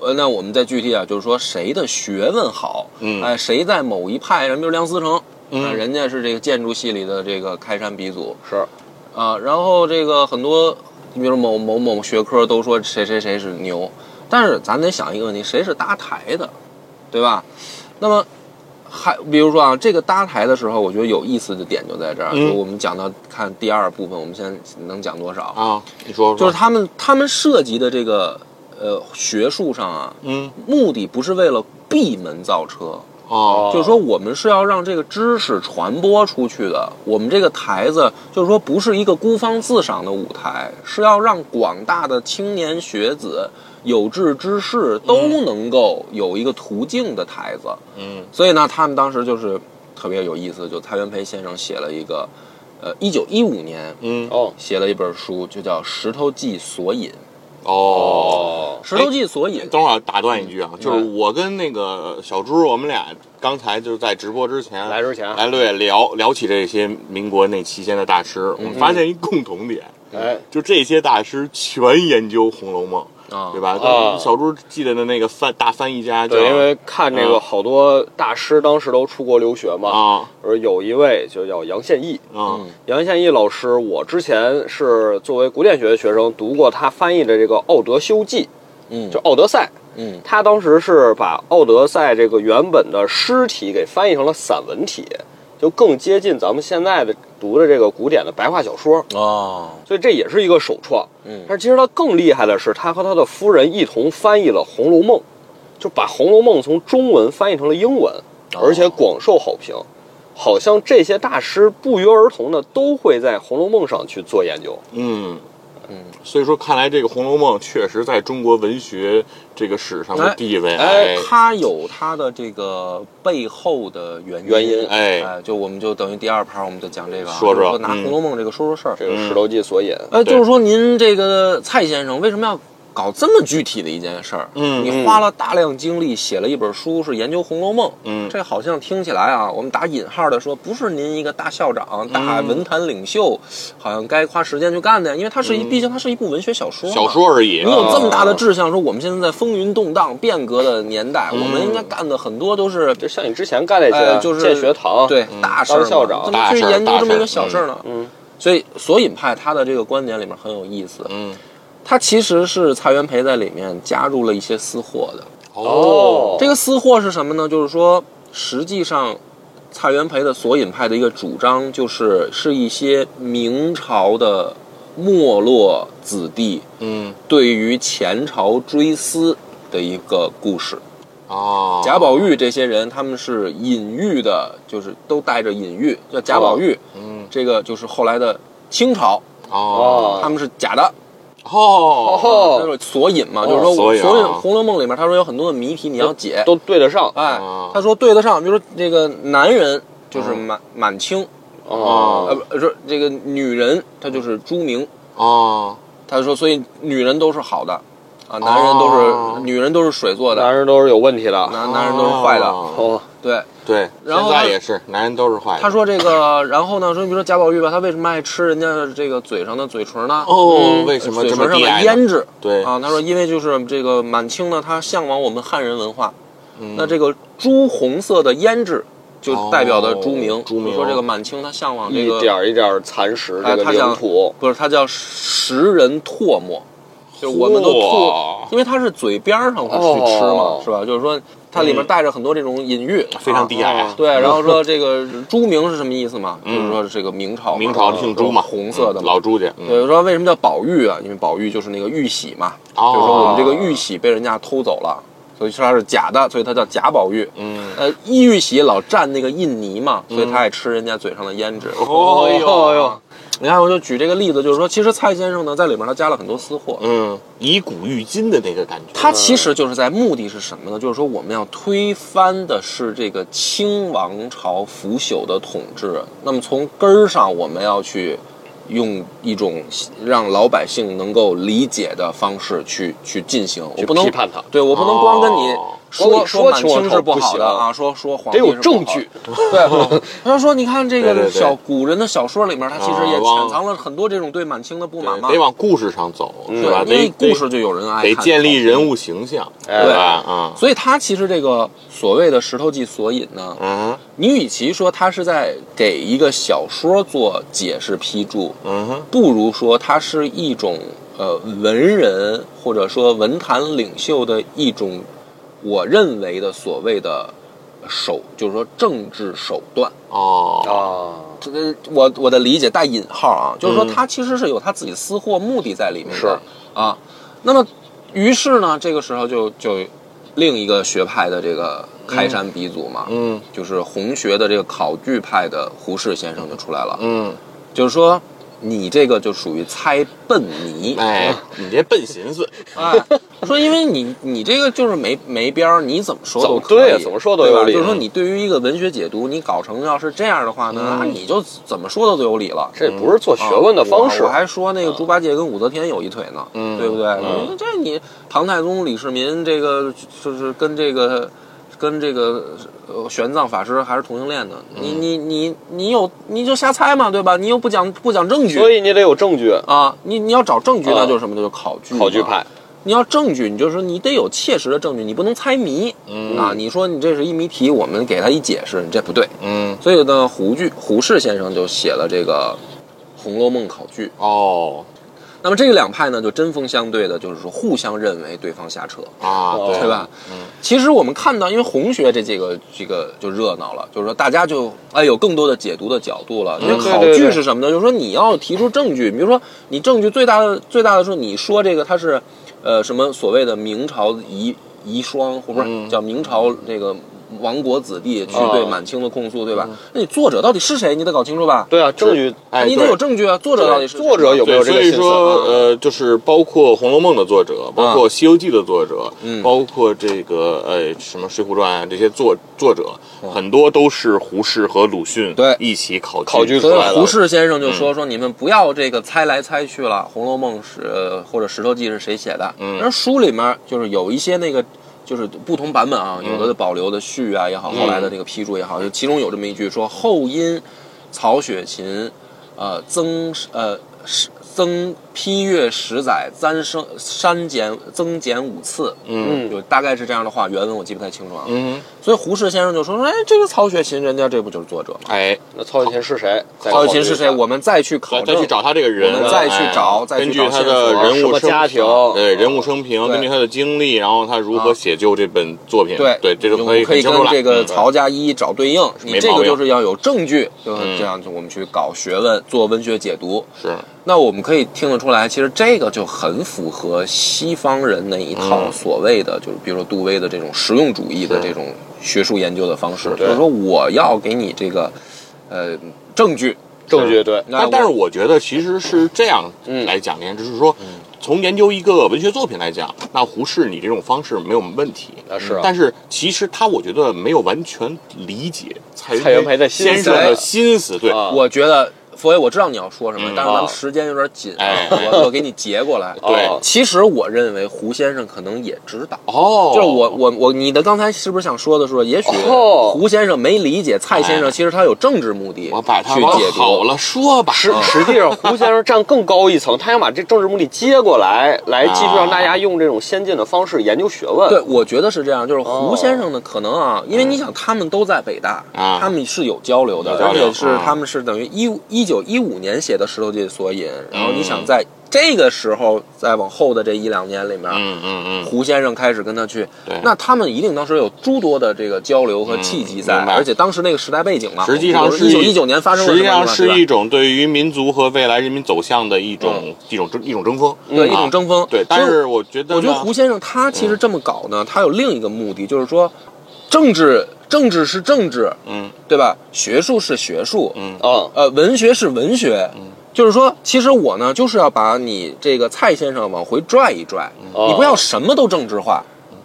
Speaker 1: 呃，那我们再具体啊，就是说谁的学问好，
Speaker 2: 嗯
Speaker 1: 哎，谁在某一派，人比如梁思成，
Speaker 2: 嗯
Speaker 1: 啊人家是这个建筑系里的这个开山鼻祖
Speaker 3: 是
Speaker 1: 啊，然后这个很多，你比如某某某学科都说谁谁谁是牛，但是咱得想一个问题，谁是搭台的，对吧？那么还比如说啊，这个搭台的时候，我觉得有意思的点就在这儿，
Speaker 2: 嗯
Speaker 1: 就我们讲到看第二部分，我们现在能讲多少？
Speaker 2: 啊，你说
Speaker 1: 就
Speaker 2: 说
Speaker 1: 是他们他们涉及的这个呃学术上啊，
Speaker 2: 嗯
Speaker 1: 目的不是为了闭门造车，
Speaker 2: 哦，
Speaker 1: 就是说，我们是要让这个知识传播出去的。我们这个台子，就是说，不是一个孤芳自赏的舞台，是要让广大的青年学子、有志之士都能够有一个途径的台子。
Speaker 2: 嗯
Speaker 1: 所以呢，他们当时就是特别有意思，就蔡元培先生写了一个，呃，一九一五年
Speaker 2: 嗯
Speaker 3: 哦
Speaker 1: 写了一本书，就叫《石头记索引》。
Speaker 2: 哦。
Speaker 3: 哦，
Speaker 1: 石头记索引，
Speaker 2: 等会儿打断一句啊，就是
Speaker 1: 嗯
Speaker 2: 我跟那个小朱，我们俩刚才就是在直播之前
Speaker 3: 来啊之前
Speaker 2: 哎对聊聊起这些民国那期间的大师，我们发现一共同点，
Speaker 3: 哎，
Speaker 2: 就这些大师全研究《红楼梦》，
Speaker 1: 啊
Speaker 2: 对？吧？
Speaker 3: 啊
Speaker 2: 小朱记得的那个翻大翻译家叫
Speaker 3: 对，因为看这
Speaker 2: 嗯
Speaker 3: 个好多大师当时都出国留学嘛，
Speaker 2: 啊
Speaker 3: 而有一位就叫杨宪益，
Speaker 2: 啊
Speaker 3: 杨宪益老师，我之前是作为古典学的学生读过他翻译的这个《奥德修记》，
Speaker 1: 嗯，
Speaker 3: 就《奥德赛》。
Speaker 1: 嗯
Speaker 3: 他当时是把《奥德赛》这个原本的诗体给翻译成了散文体，就更接近咱们现在的读的这个古典的白话小说，
Speaker 1: 哦，
Speaker 3: 所以这也是一个首创。
Speaker 1: 嗯
Speaker 3: 但是其实他更厉害的是，他和他的夫人一同翻译了《红楼梦》，就把《红楼梦》从中文翻译成了英文，
Speaker 1: 哦
Speaker 3: 而且广受好评。好像这些大师不约而同的都会在《红楼梦》上去做研究。
Speaker 2: 嗯嗯，所以说看来这个《红楼梦》确实在中国文学这个史上的地位，
Speaker 3: 哎
Speaker 2: 哎
Speaker 1: 它有它的这个背后的原因
Speaker 3: 原因
Speaker 2: 哎
Speaker 1: 哎，就我们就等于第二盘我们就讲这个啊，
Speaker 2: 说
Speaker 1: 就
Speaker 2: 说
Speaker 1: 是拿
Speaker 2: 嗯
Speaker 1: 《红楼梦》这个说说事儿。
Speaker 3: 这个《石头记》所引，
Speaker 1: 呃，
Speaker 2: 对
Speaker 1: 就是说您这个蔡先生为什么要搞这么具体的一件事儿？
Speaker 2: 嗯
Speaker 1: 你花了大量精力写了一本书，是研究《红楼梦》。
Speaker 2: 嗯
Speaker 1: 这好像听起来啊，我们打引号的说，不是您一个大校长、大
Speaker 2: 嗯
Speaker 1: 文坛领袖，好像该花时间去干的，因为它是一，毕竟它是一部文学小说嘛。
Speaker 2: 嗯小说而已，
Speaker 1: 你有这么大的
Speaker 2: 啊
Speaker 1: 志向，说我们现在在风云动荡、变革的年代，
Speaker 2: 嗯
Speaker 1: 我们应该干的很多都是
Speaker 3: 就像你之前干那些、
Speaker 1: 呃就是
Speaker 3: 建学
Speaker 2: 哦
Speaker 3: 堂，
Speaker 1: 对
Speaker 2: 嗯
Speaker 1: 大事儿嘛，
Speaker 3: 当校长
Speaker 1: 怎么去
Speaker 2: 大事儿
Speaker 1: 研究
Speaker 2: 大
Speaker 1: 这么一
Speaker 2: 事儿
Speaker 1: 个小事儿呢？
Speaker 3: 嗯嗯，
Speaker 1: 所以索引派他的这个观点里面很有意思，
Speaker 2: 嗯
Speaker 1: 他其实是蔡元培在里面加入了一些私货的。
Speaker 2: 哦
Speaker 1: 这个私货是什么呢？就是说，实际上蔡元培的索引派的一个主张就是是一些明朝的没落子弟
Speaker 2: 嗯
Speaker 1: 对于前朝追思的一个故事。
Speaker 2: 哦
Speaker 1: 贾宝玉这些人，他们是隐喻的，就是都带着隐喻，叫贾宝玉。
Speaker 2: 嗯
Speaker 1: 这个就是后来的清朝，
Speaker 2: 哦
Speaker 1: 他们是假的，
Speaker 2: 哦
Speaker 3: 哦
Speaker 1: 就是索引嘛，
Speaker 3: 哦
Speaker 1: 就是说
Speaker 2: 索
Speaker 1: 索
Speaker 2: 引
Speaker 1: 引
Speaker 2: 啊
Speaker 1: 《红楼梦》里面，他说有很多的谜题你要解，
Speaker 3: 都对得上
Speaker 1: 哎
Speaker 2: 啊，嗯
Speaker 1: 他说对得上，比如说这个男人就是满满清，呃
Speaker 2: 哦
Speaker 1: 不是这个女人，她就是朱明，
Speaker 2: 哦
Speaker 1: 他说所以女人都是好的，啊，男人都
Speaker 2: 哦
Speaker 1: 是女人都是水做的，
Speaker 3: 男人都是有问题的。
Speaker 1: 男男人都是坏的，
Speaker 2: 哦
Speaker 3: 哦，
Speaker 1: 对。
Speaker 2: 对，
Speaker 1: 然后
Speaker 2: 现在
Speaker 1: 他
Speaker 2: 也是，男人都是坏的。
Speaker 1: 他说这个，然后呢，说你比如说贾宝玉吧，他为什么爱吃人家的这个嘴上的嘴唇呢？
Speaker 2: 哦，为什么
Speaker 1: 嘴
Speaker 2: 这
Speaker 1: 唇
Speaker 2: 么
Speaker 1: 上
Speaker 2: 低
Speaker 1: 的
Speaker 2: 矮呢？
Speaker 1: 胭脂
Speaker 2: 对，
Speaker 1: 啊，他说因为就是这个满清呢，他向往我们汉人文化，
Speaker 2: 嗯
Speaker 1: 那这个朱红色的胭脂就代表的朱明
Speaker 2: 哦，朱明
Speaker 1: 就说这个满清他向往这
Speaker 3: 一
Speaker 1: 个
Speaker 3: 点儿一点儿蚕食
Speaker 1: 哎
Speaker 3: 这个
Speaker 1: 他想
Speaker 3: 领土，
Speaker 1: 不是，他叫食人唾沫，就是我们都
Speaker 2: 嚯
Speaker 1: 吐，因为它是嘴边儿上去吃嘛
Speaker 3: 哦，
Speaker 1: 是吧？就是说它里面带着很多这种隐喻，
Speaker 2: 嗯非常低
Speaker 1: 啊
Speaker 2: 矮啊。
Speaker 1: 对，然后说这个朱明是什么意思嘛？就是
Speaker 2: 嗯
Speaker 1: 说这个明朝嘛，
Speaker 2: 明朝姓朱嘛，
Speaker 1: 啊红色的
Speaker 2: 嗯
Speaker 1: 嘛。
Speaker 2: 老朱家。嗯
Speaker 1: 对，说为什么叫宝玉啊？因为宝玉就是那个玉玺嘛，
Speaker 2: 哦
Speaker 1: 就是说我们这个玉玺被人家偷走了，所以说它是假的，所以它叫假宝玉。
Speaker 2: 嗯，
Speaker 1: 呃，玉玺老蘸那个印泥嘛，所以他爱吃人家嘴上的胭脂。
Speaker 2: 哦
Speaker 1: 哎
Speaker 3: 哦哟，
Speaker 1: 你看，我就举这个例子，就是说，其实蔡先生呢，在里面他加了很多私货。
Speaker 2: 嗯，以古喻今的那个感觉。
Speaker 1: 他其实就是在目的是什么呢？就是说，我们要推翻的是这个清王朝腐朽的统治。那么从根儿上，我们要去用一种让老百姓能够理解的方式去去进行，我
Speaker 3: 去
Speaker 1: 不能
Speaker 3: 批判它
Speaker 1: 对我不能光跟你
Speaker 2: 哦
Speaker 3: 光
Speaker 1: 说
Speaker 3: 你
Speaker 1: 说
Speaker 3: 说
Speaker 1: 满
Speaker 3: 清
Speaker 1: 清
Speaker 3: 朝
Speaker 1: 是不
Speaker 3: 不
Speaker 1: 好的
Speaker 3: 行
Speaker 1: 啊，说说皇帝
Speaker 3: 得有
Speaker 1: 是不
Speaker 3: 证
Speaker 1: 好的
Speaker 3: 据。
Speaker 1: 对，他说你看这
Speaker 2: 对
Speaker 1: 个
Speaker 2: 对对
Speaker 1: 小古人的小说里面，他其实也
Speaker 2: 啊往
Speaker 1: 潜藏了很多这种对满清的不满嘛，
Speaker 2: 得往故事上走，是吧？
Speaker 1: 对，嗯因
Speaker 2: 得
Speaker 1: 为故事就有人爱
Speaker 2: 得
Speaker 1: 看
Speaker 2: 建立人物形象，
Speaker 3: 哎
Speaker 2: 对吧？啊，
Speaker 1: 所以他其实这个所谓的石头记索引呢，
Speaker 2: 嗯
Speaker 1: 你与其说他是在给一个小说做解释批注，
Speaker 2: 嗯哼，
Speaker 1: 不如说它是一种呃文人或者说文坛领袖的一种，我认为的所谓的手，就是说政治手段。
Speaker 2: 哦，
Speaker 3: 啊，
Speaker 1: 这个我我的理解带引号啊，就是说他其实是有他自己私货目的在里面的
Speaker 3: 嗯是
Speaker 1: 啊。那么，于是呢，这个时候就就另一个学派的这个开山鼻祖嘛，
Speaker 2: 嗯
Speaker 1: 就是红学的这个考据派的胡适先生就出来了，
Speaker 2: 嗯，
Speaker 1: 就是说你这个就属于猜笨泥，
Speaker 2: 哎，你这笨寻思，
Speaker 1: 哎， 说因为你你这个就是没没边儿，你怎么说都
Speaker 3: 怎么
Speaker 1: 可以
Speaker 3: 对怎么说都有
Speaker 1: 对吧
Speaker 3: 理
Speaker 1: 就是说你对于一个文学解读，你搞成要是这样的话
Speaker 3: 嗯
Speaker 1: 呢，那你就怎么说都有理了。
Speaker 3: 这不是做学问的方式
Speaker 1: 啊嗯哦我，
Speaker 3: 嗯
Speaker 1: 还说那个猪八戒跟武则天有一腿呢，
Speaker 2: 嗯
Speaker 1: 对不对？
Speaker 2: 嗯
Speaker 1: 你这你唐太宗李世民这个就是跟这个跟这个呃玄奘法师还是同性恋呢，
Speaker 3: 嗯
Speaker 1: 你你你你有你就瞎猜嘛，对吧？你又不讲不讲证据
Speaker 3: 所以你得有证据。
Speaker 1: 啊，你你要找证据
Speaker 3: 啊
Speaker 1: 那就是什么？那就考据嘛，
Speaker 3: 考据派，
Speaker 1: 你要证据，你就是你得有切实的证据，你不能猜谜、
Speaker 3: 嗯
Speaker 1: 啊！你说你这是一谜题，我们给他一解释，你这不对。
Speaker 2: 嗯，
Speaker 1: 所以呢，胡剧胡适先生就写了这个《红楼梦考据》。
Speaker 2: 哦
Speaker 1: 那么这两派呢，就针锋相对的，就是说互相认为对方瞎扯，
Speaker 2: 啊，
Speaker 3: 哦
Speaker 1: 对吧？嗯。其实我们看到，因为红学这几个这个就热闹了，就是说大家就哎有更多的解读的角度了。因为考
Speaker 3: 嗯对对
Speaker 1: 据
Speaker 3: 对
Speaker 1: 是什么呢？就是说你要提出证据，比如说你证据最大的最大的说你说这个它是呃什么所谓的明朝遗遗孀，或者
Speaker 2: 嗯
Speaker 1: 叫明朝这个亡国子弟去对
Speaker 3: 哦嗯
Speaker 1: 满清的控诉，对吧？那你作者到底是谁？你得搞清楚吧。
Speaker 3: 对啊，证据，
Speaker 2: 哎，
Speaker 1: 你得
Speaker 2: 对
Speaker 1: 有证据啊，作者到底是谁
Speaker 3: 作者有没有
Speaker 2: 对，
Speaker 3: 这
Speaker 2: 所
Speaker 3: 个
Speaker 2: 以
Speaker 3: 心思？
Speaker 2: 说，呃，就是包括《红楼梦》的作者，包
Speaker 1: 嗯
Speaker 2: 括《西游记》的作者，包括这个呃什么《水浒传》啊这些作作者，很多都是胡适和鲁迅
Speaker 1: 嗯对
Speaker 2: 一起考
Speaker 3: 考据出
Speaker 1: 所
Speaker 3: 来
Speaker 1: 以
Speaker 3: 了
Speaker 1: 胡适先生就说说你们不要这个猜来猜去了，《红楼梦》是呃或者《石头记》是谁写的？嗯，书里面就是有一些那个就是不同版本啊，有的保留的序啊也好，后来的那个批注也好，就其中有这么一句说后因曹雪芹，呃曾呃是曾批阅十载，簪生删减增减五次，嗯，就大概是这样的话，原文我记不太清楚啊。
Speaker 2: 嗯，
Speaker 1: 所以胡适先生就说说，哎，这个曹雪芹人家这不就是作者吗？
Speaker 2: 哎，
Speaker 3: 那曹雪芹是谁？再
Speaker 1: 曹雪芹是
Speaker 3: 考虑一
Speaker 1: 谁？
Speaker 3: 下
Speaker 1: 我们再去考
Speaker 2: 再
Speaker 1: 证，
Speaker 2: 再去找他这个人，
Speaker 1: 我们再去
Speaker 2: 哎
Speaker 1: 找再去
Speaker 2: 根据
Speaker 1: 找啊
Speaker 2: 他
Speaker 1: 线
Speaker 2: 的
Speaker 1: 索
Speaker 2: 人
Speaker 3: 什
Speaker 2: 物
Speaker 3: 么
Speaker 2: 生
Speaker 3: 家庭
Speaker 2: 对人物生平，
Speaker 1: 啊对
Speaker 2: 根据他的经历，然后他如何
Speaker 1: 啊
Speaker 2: 写就这本作品，
Speaker 1: 对
Speaker 2: 对，这
Speaker 1: 我
Speaker 2: 就可以
Speaker 1: 们可以
Speaker 2: 很清
Speaker 1: 跟
Speaker 2: 楚了
Speaker 1: 这个
Speaker 2: 嗯
Speaker 1: 曹家一一找对应。
Speaker 2: 没
Speaker 1: 你这
Speaker 2: 毛
Speaker 1: 个
Speaker 2: 病
Speaker 1: 就是要有证据，
Speaker 2: 嗯
Speaker 1: 就是这样，就我们去搞学问，做文学解读。
Speaker 2: 是
Speaker 1: 那我们可以听得出来，其实这个就很符合西方人那一套
Speaker 2: 嗯
Speaker 1: 所谓的，就是比如说杜威的这种实用主义的
Speaker 2: 是
Speaker 1: 这种学术研究的方式，
Speaker 2: 是
Speaker 1: 就是说我要给你这个，呃，证据。
Speaker 3: 证据对，
Speaker 1: 那
Speaker 2: 但但是
Speaker 1: 我嗯
Speaker 2: 我觉得其实是这样来讲呢，就是说，从研究一个文学作品来讲，那胡适你这种方式没有问题。
Speaker 3: 啊是啊
Speaker 2: 但是其实他我觉得没有完全理解蔡
Speaker 3: 蔡元培的心思
Speaker 2: 先生
Speaker 1: 哎
Speaker 2: 的心思，对，
Speaker 3: 啊
Speaker 1: 我觉得，所以我知道你要说什么，
Speaker 2: 嗯
Speaker 1: 但是咱
Speaker 3: 啊
Speaker 1: 们时间有点紧啊
Speaker 2: 哎，
Speaker 1: 我我给你截过 来。
Speaker 2: 对
Speaker 3: 哦
Speaker 1: 其实我认为胡先生可能也知道，
Speaker 2: 哦，
Speaker 1: 就是我我我，你的刚才是不是想说的说，也许
Speaker 3: 哦
Speaker 1: 胡先生没理解蔡先
Speaker 2: 哎
Speaker 1: 生，其实他有政治目的，
Speaker 2: 我把它
Speaker 1: 去
Speaker 2: 往
Speaker 1: 解
Speaker 2: 好
Speaker 1: 读。
Speaker 2: 了说吧，
Speaker 1: 嗯
Speaker 3: 实实际上，胡先生站更高一层，他想把这政治目的接过来，来继续让大家用这种先进的方式研究学问。
Speaker 1: 对，我觉得是这样，就是
Speaker 2: 哦
Speaker 1: 胡先生呢，可能啊，因为你想，他们都在北大，
Speaker 2: 嗯啊
Speaker 1: 他们是有交流的
Speaker 2: 有，交
Speaker 1: 而
Speaker 2: 流
Speaker 1: 且是
Speaker 2: 啊
Speaker 1: 他们是等于一一九一五年写的《石头记》索引，然
Speaker 2: 嗯
Speaker 1: 后你想在这个时候，再往后的这一两年里面，
Speaker 2: 嗯嗯嗯，
Speaker 1: 胡先生开始跟他去
Speaker 2: 对，嗯
Speaker 1: 那他们一定当时有诸多的这个交流和契机在，
Speaker 2: 明白
Speaker 1: 而且当时那个时代背景嘛，
Speaker 2: 实际上是
Speaker 1: 一九一九年发生了
Speaker 2: 实
Speaker 1: 什
Speaker 2: 际
Speaker 1: 么
Speaker 2: 上
Speaker 1: 对吧嗯
Speaker 2: 是一种对于民族和未来人民走向的一种一种争一种争锋，
Speaker 1: 对一
Speaker 2: 啊
Speaker 1: 种争锋，
Speaker 2: 对，但是我觉得呢，
Speaker 1: 我觉得胡先生他其实这么搞呢，他有另一个目的，就是说，政治政治是政治，
Speaker 2: 嗯
Speaker 1: 对吧？学术是学术，
Speaker 2: 嗯
Speaker 3: 嗯，
Speaker 1: 呃，文学是文学，就是说，其实我呢，就是要把你这个蔡先生往回拽一拽，
Speaker 2: 嗯
Speaker 3: 哦
Speaker 1: 你不要什么都政治化，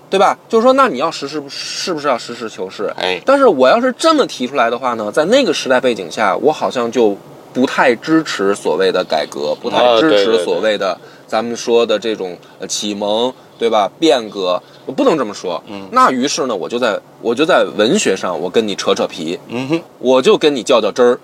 Speaker 1: 对吧？就是说，那你要实事，是不是要实事求是？
Speaker 2: 哎
Speaker 1: 但是我要是这么提出来的话呢，在那个时代背景下，我好像就。不太支持所谓的改革，不太
Speaker 3: 啊
Speaker 1: 支
Speaker 3: 对对
Speaker 1: 持
Speaker 3: 对
Speaker 1: 所谓的咱们说的这种呃启蒙，对吧？变革，我不能这么说。嗯，那于是呢，我就在我就在文学上，我跟你扯扯皮，
Speaker 2: 嗯哼，
Speaker 1: 我就跟你较较真儿。
Speaker 3: 嗯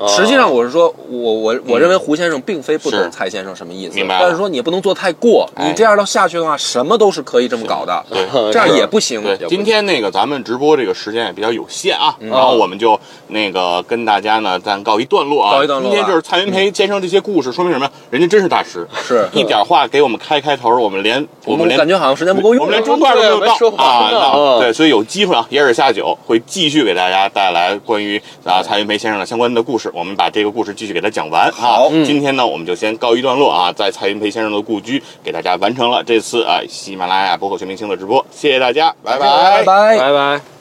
Speaker 2: 哦
Speaker 1: 实际上，我是说，我我我认为胡先生并非不
Speaker 2: 嗯是
Speaker 1: 懂蔡先生什么意思，
Speaker 2: 明白了
Speaker 1: 但是说你也不能做太过，
Speaker 2: 哎
Speaker 1: 你这样到下去的话，什么都是可以这么搞的，
Speaker 2: 对。
Speaker 3: 嗯
Speaker 1: 这样也不行。
Speaker 2: 对，
Speaker 3: 不
Speaker 2: 今天那个咱们直播这个时间也比较有限啊，
Speaker 1: 嗯
Speaker 2: 然后我们就那个跟大家呢暂告一段落啊。
Speaker 1: 告一段落啊
Speaker 2: 今天就是蔡元培先生这些故事，说明什么呀？人家真是 大师，
Speaker 1: 是
Speaker 2: 一点话给我们开开头，我们连我们连
Speaker 1: 感觉好像时间不够
Speaker 2: 我
Speaker 1: 用
Speaker 2: 们
Speaker 1: 了
Speaker 2: 连中段都没有
Speaker 3: 对没说
Speaker 2: 到
Speaker 3: 完
Speaker 2: 啊！
Speaker 3: 呢
Speaker 2: 那
Speaker 3: 嗯
Speaker 2: 对，所以有机会啊，野尔下酒会继续给大家带来关于啊蔡元培先生的相关的故事，我们把这个故事继续给他讲完。
Speaker 1: 好
Speaker 2: 啊，今天呢我们就先告一段落啊，在蔡元培先生的故居给大家完成了这次啊喜马拉雅播客全明星的直播，谢谢大家，拜
Speaker 1: 拜拜。
Speaker 3: 拜拜。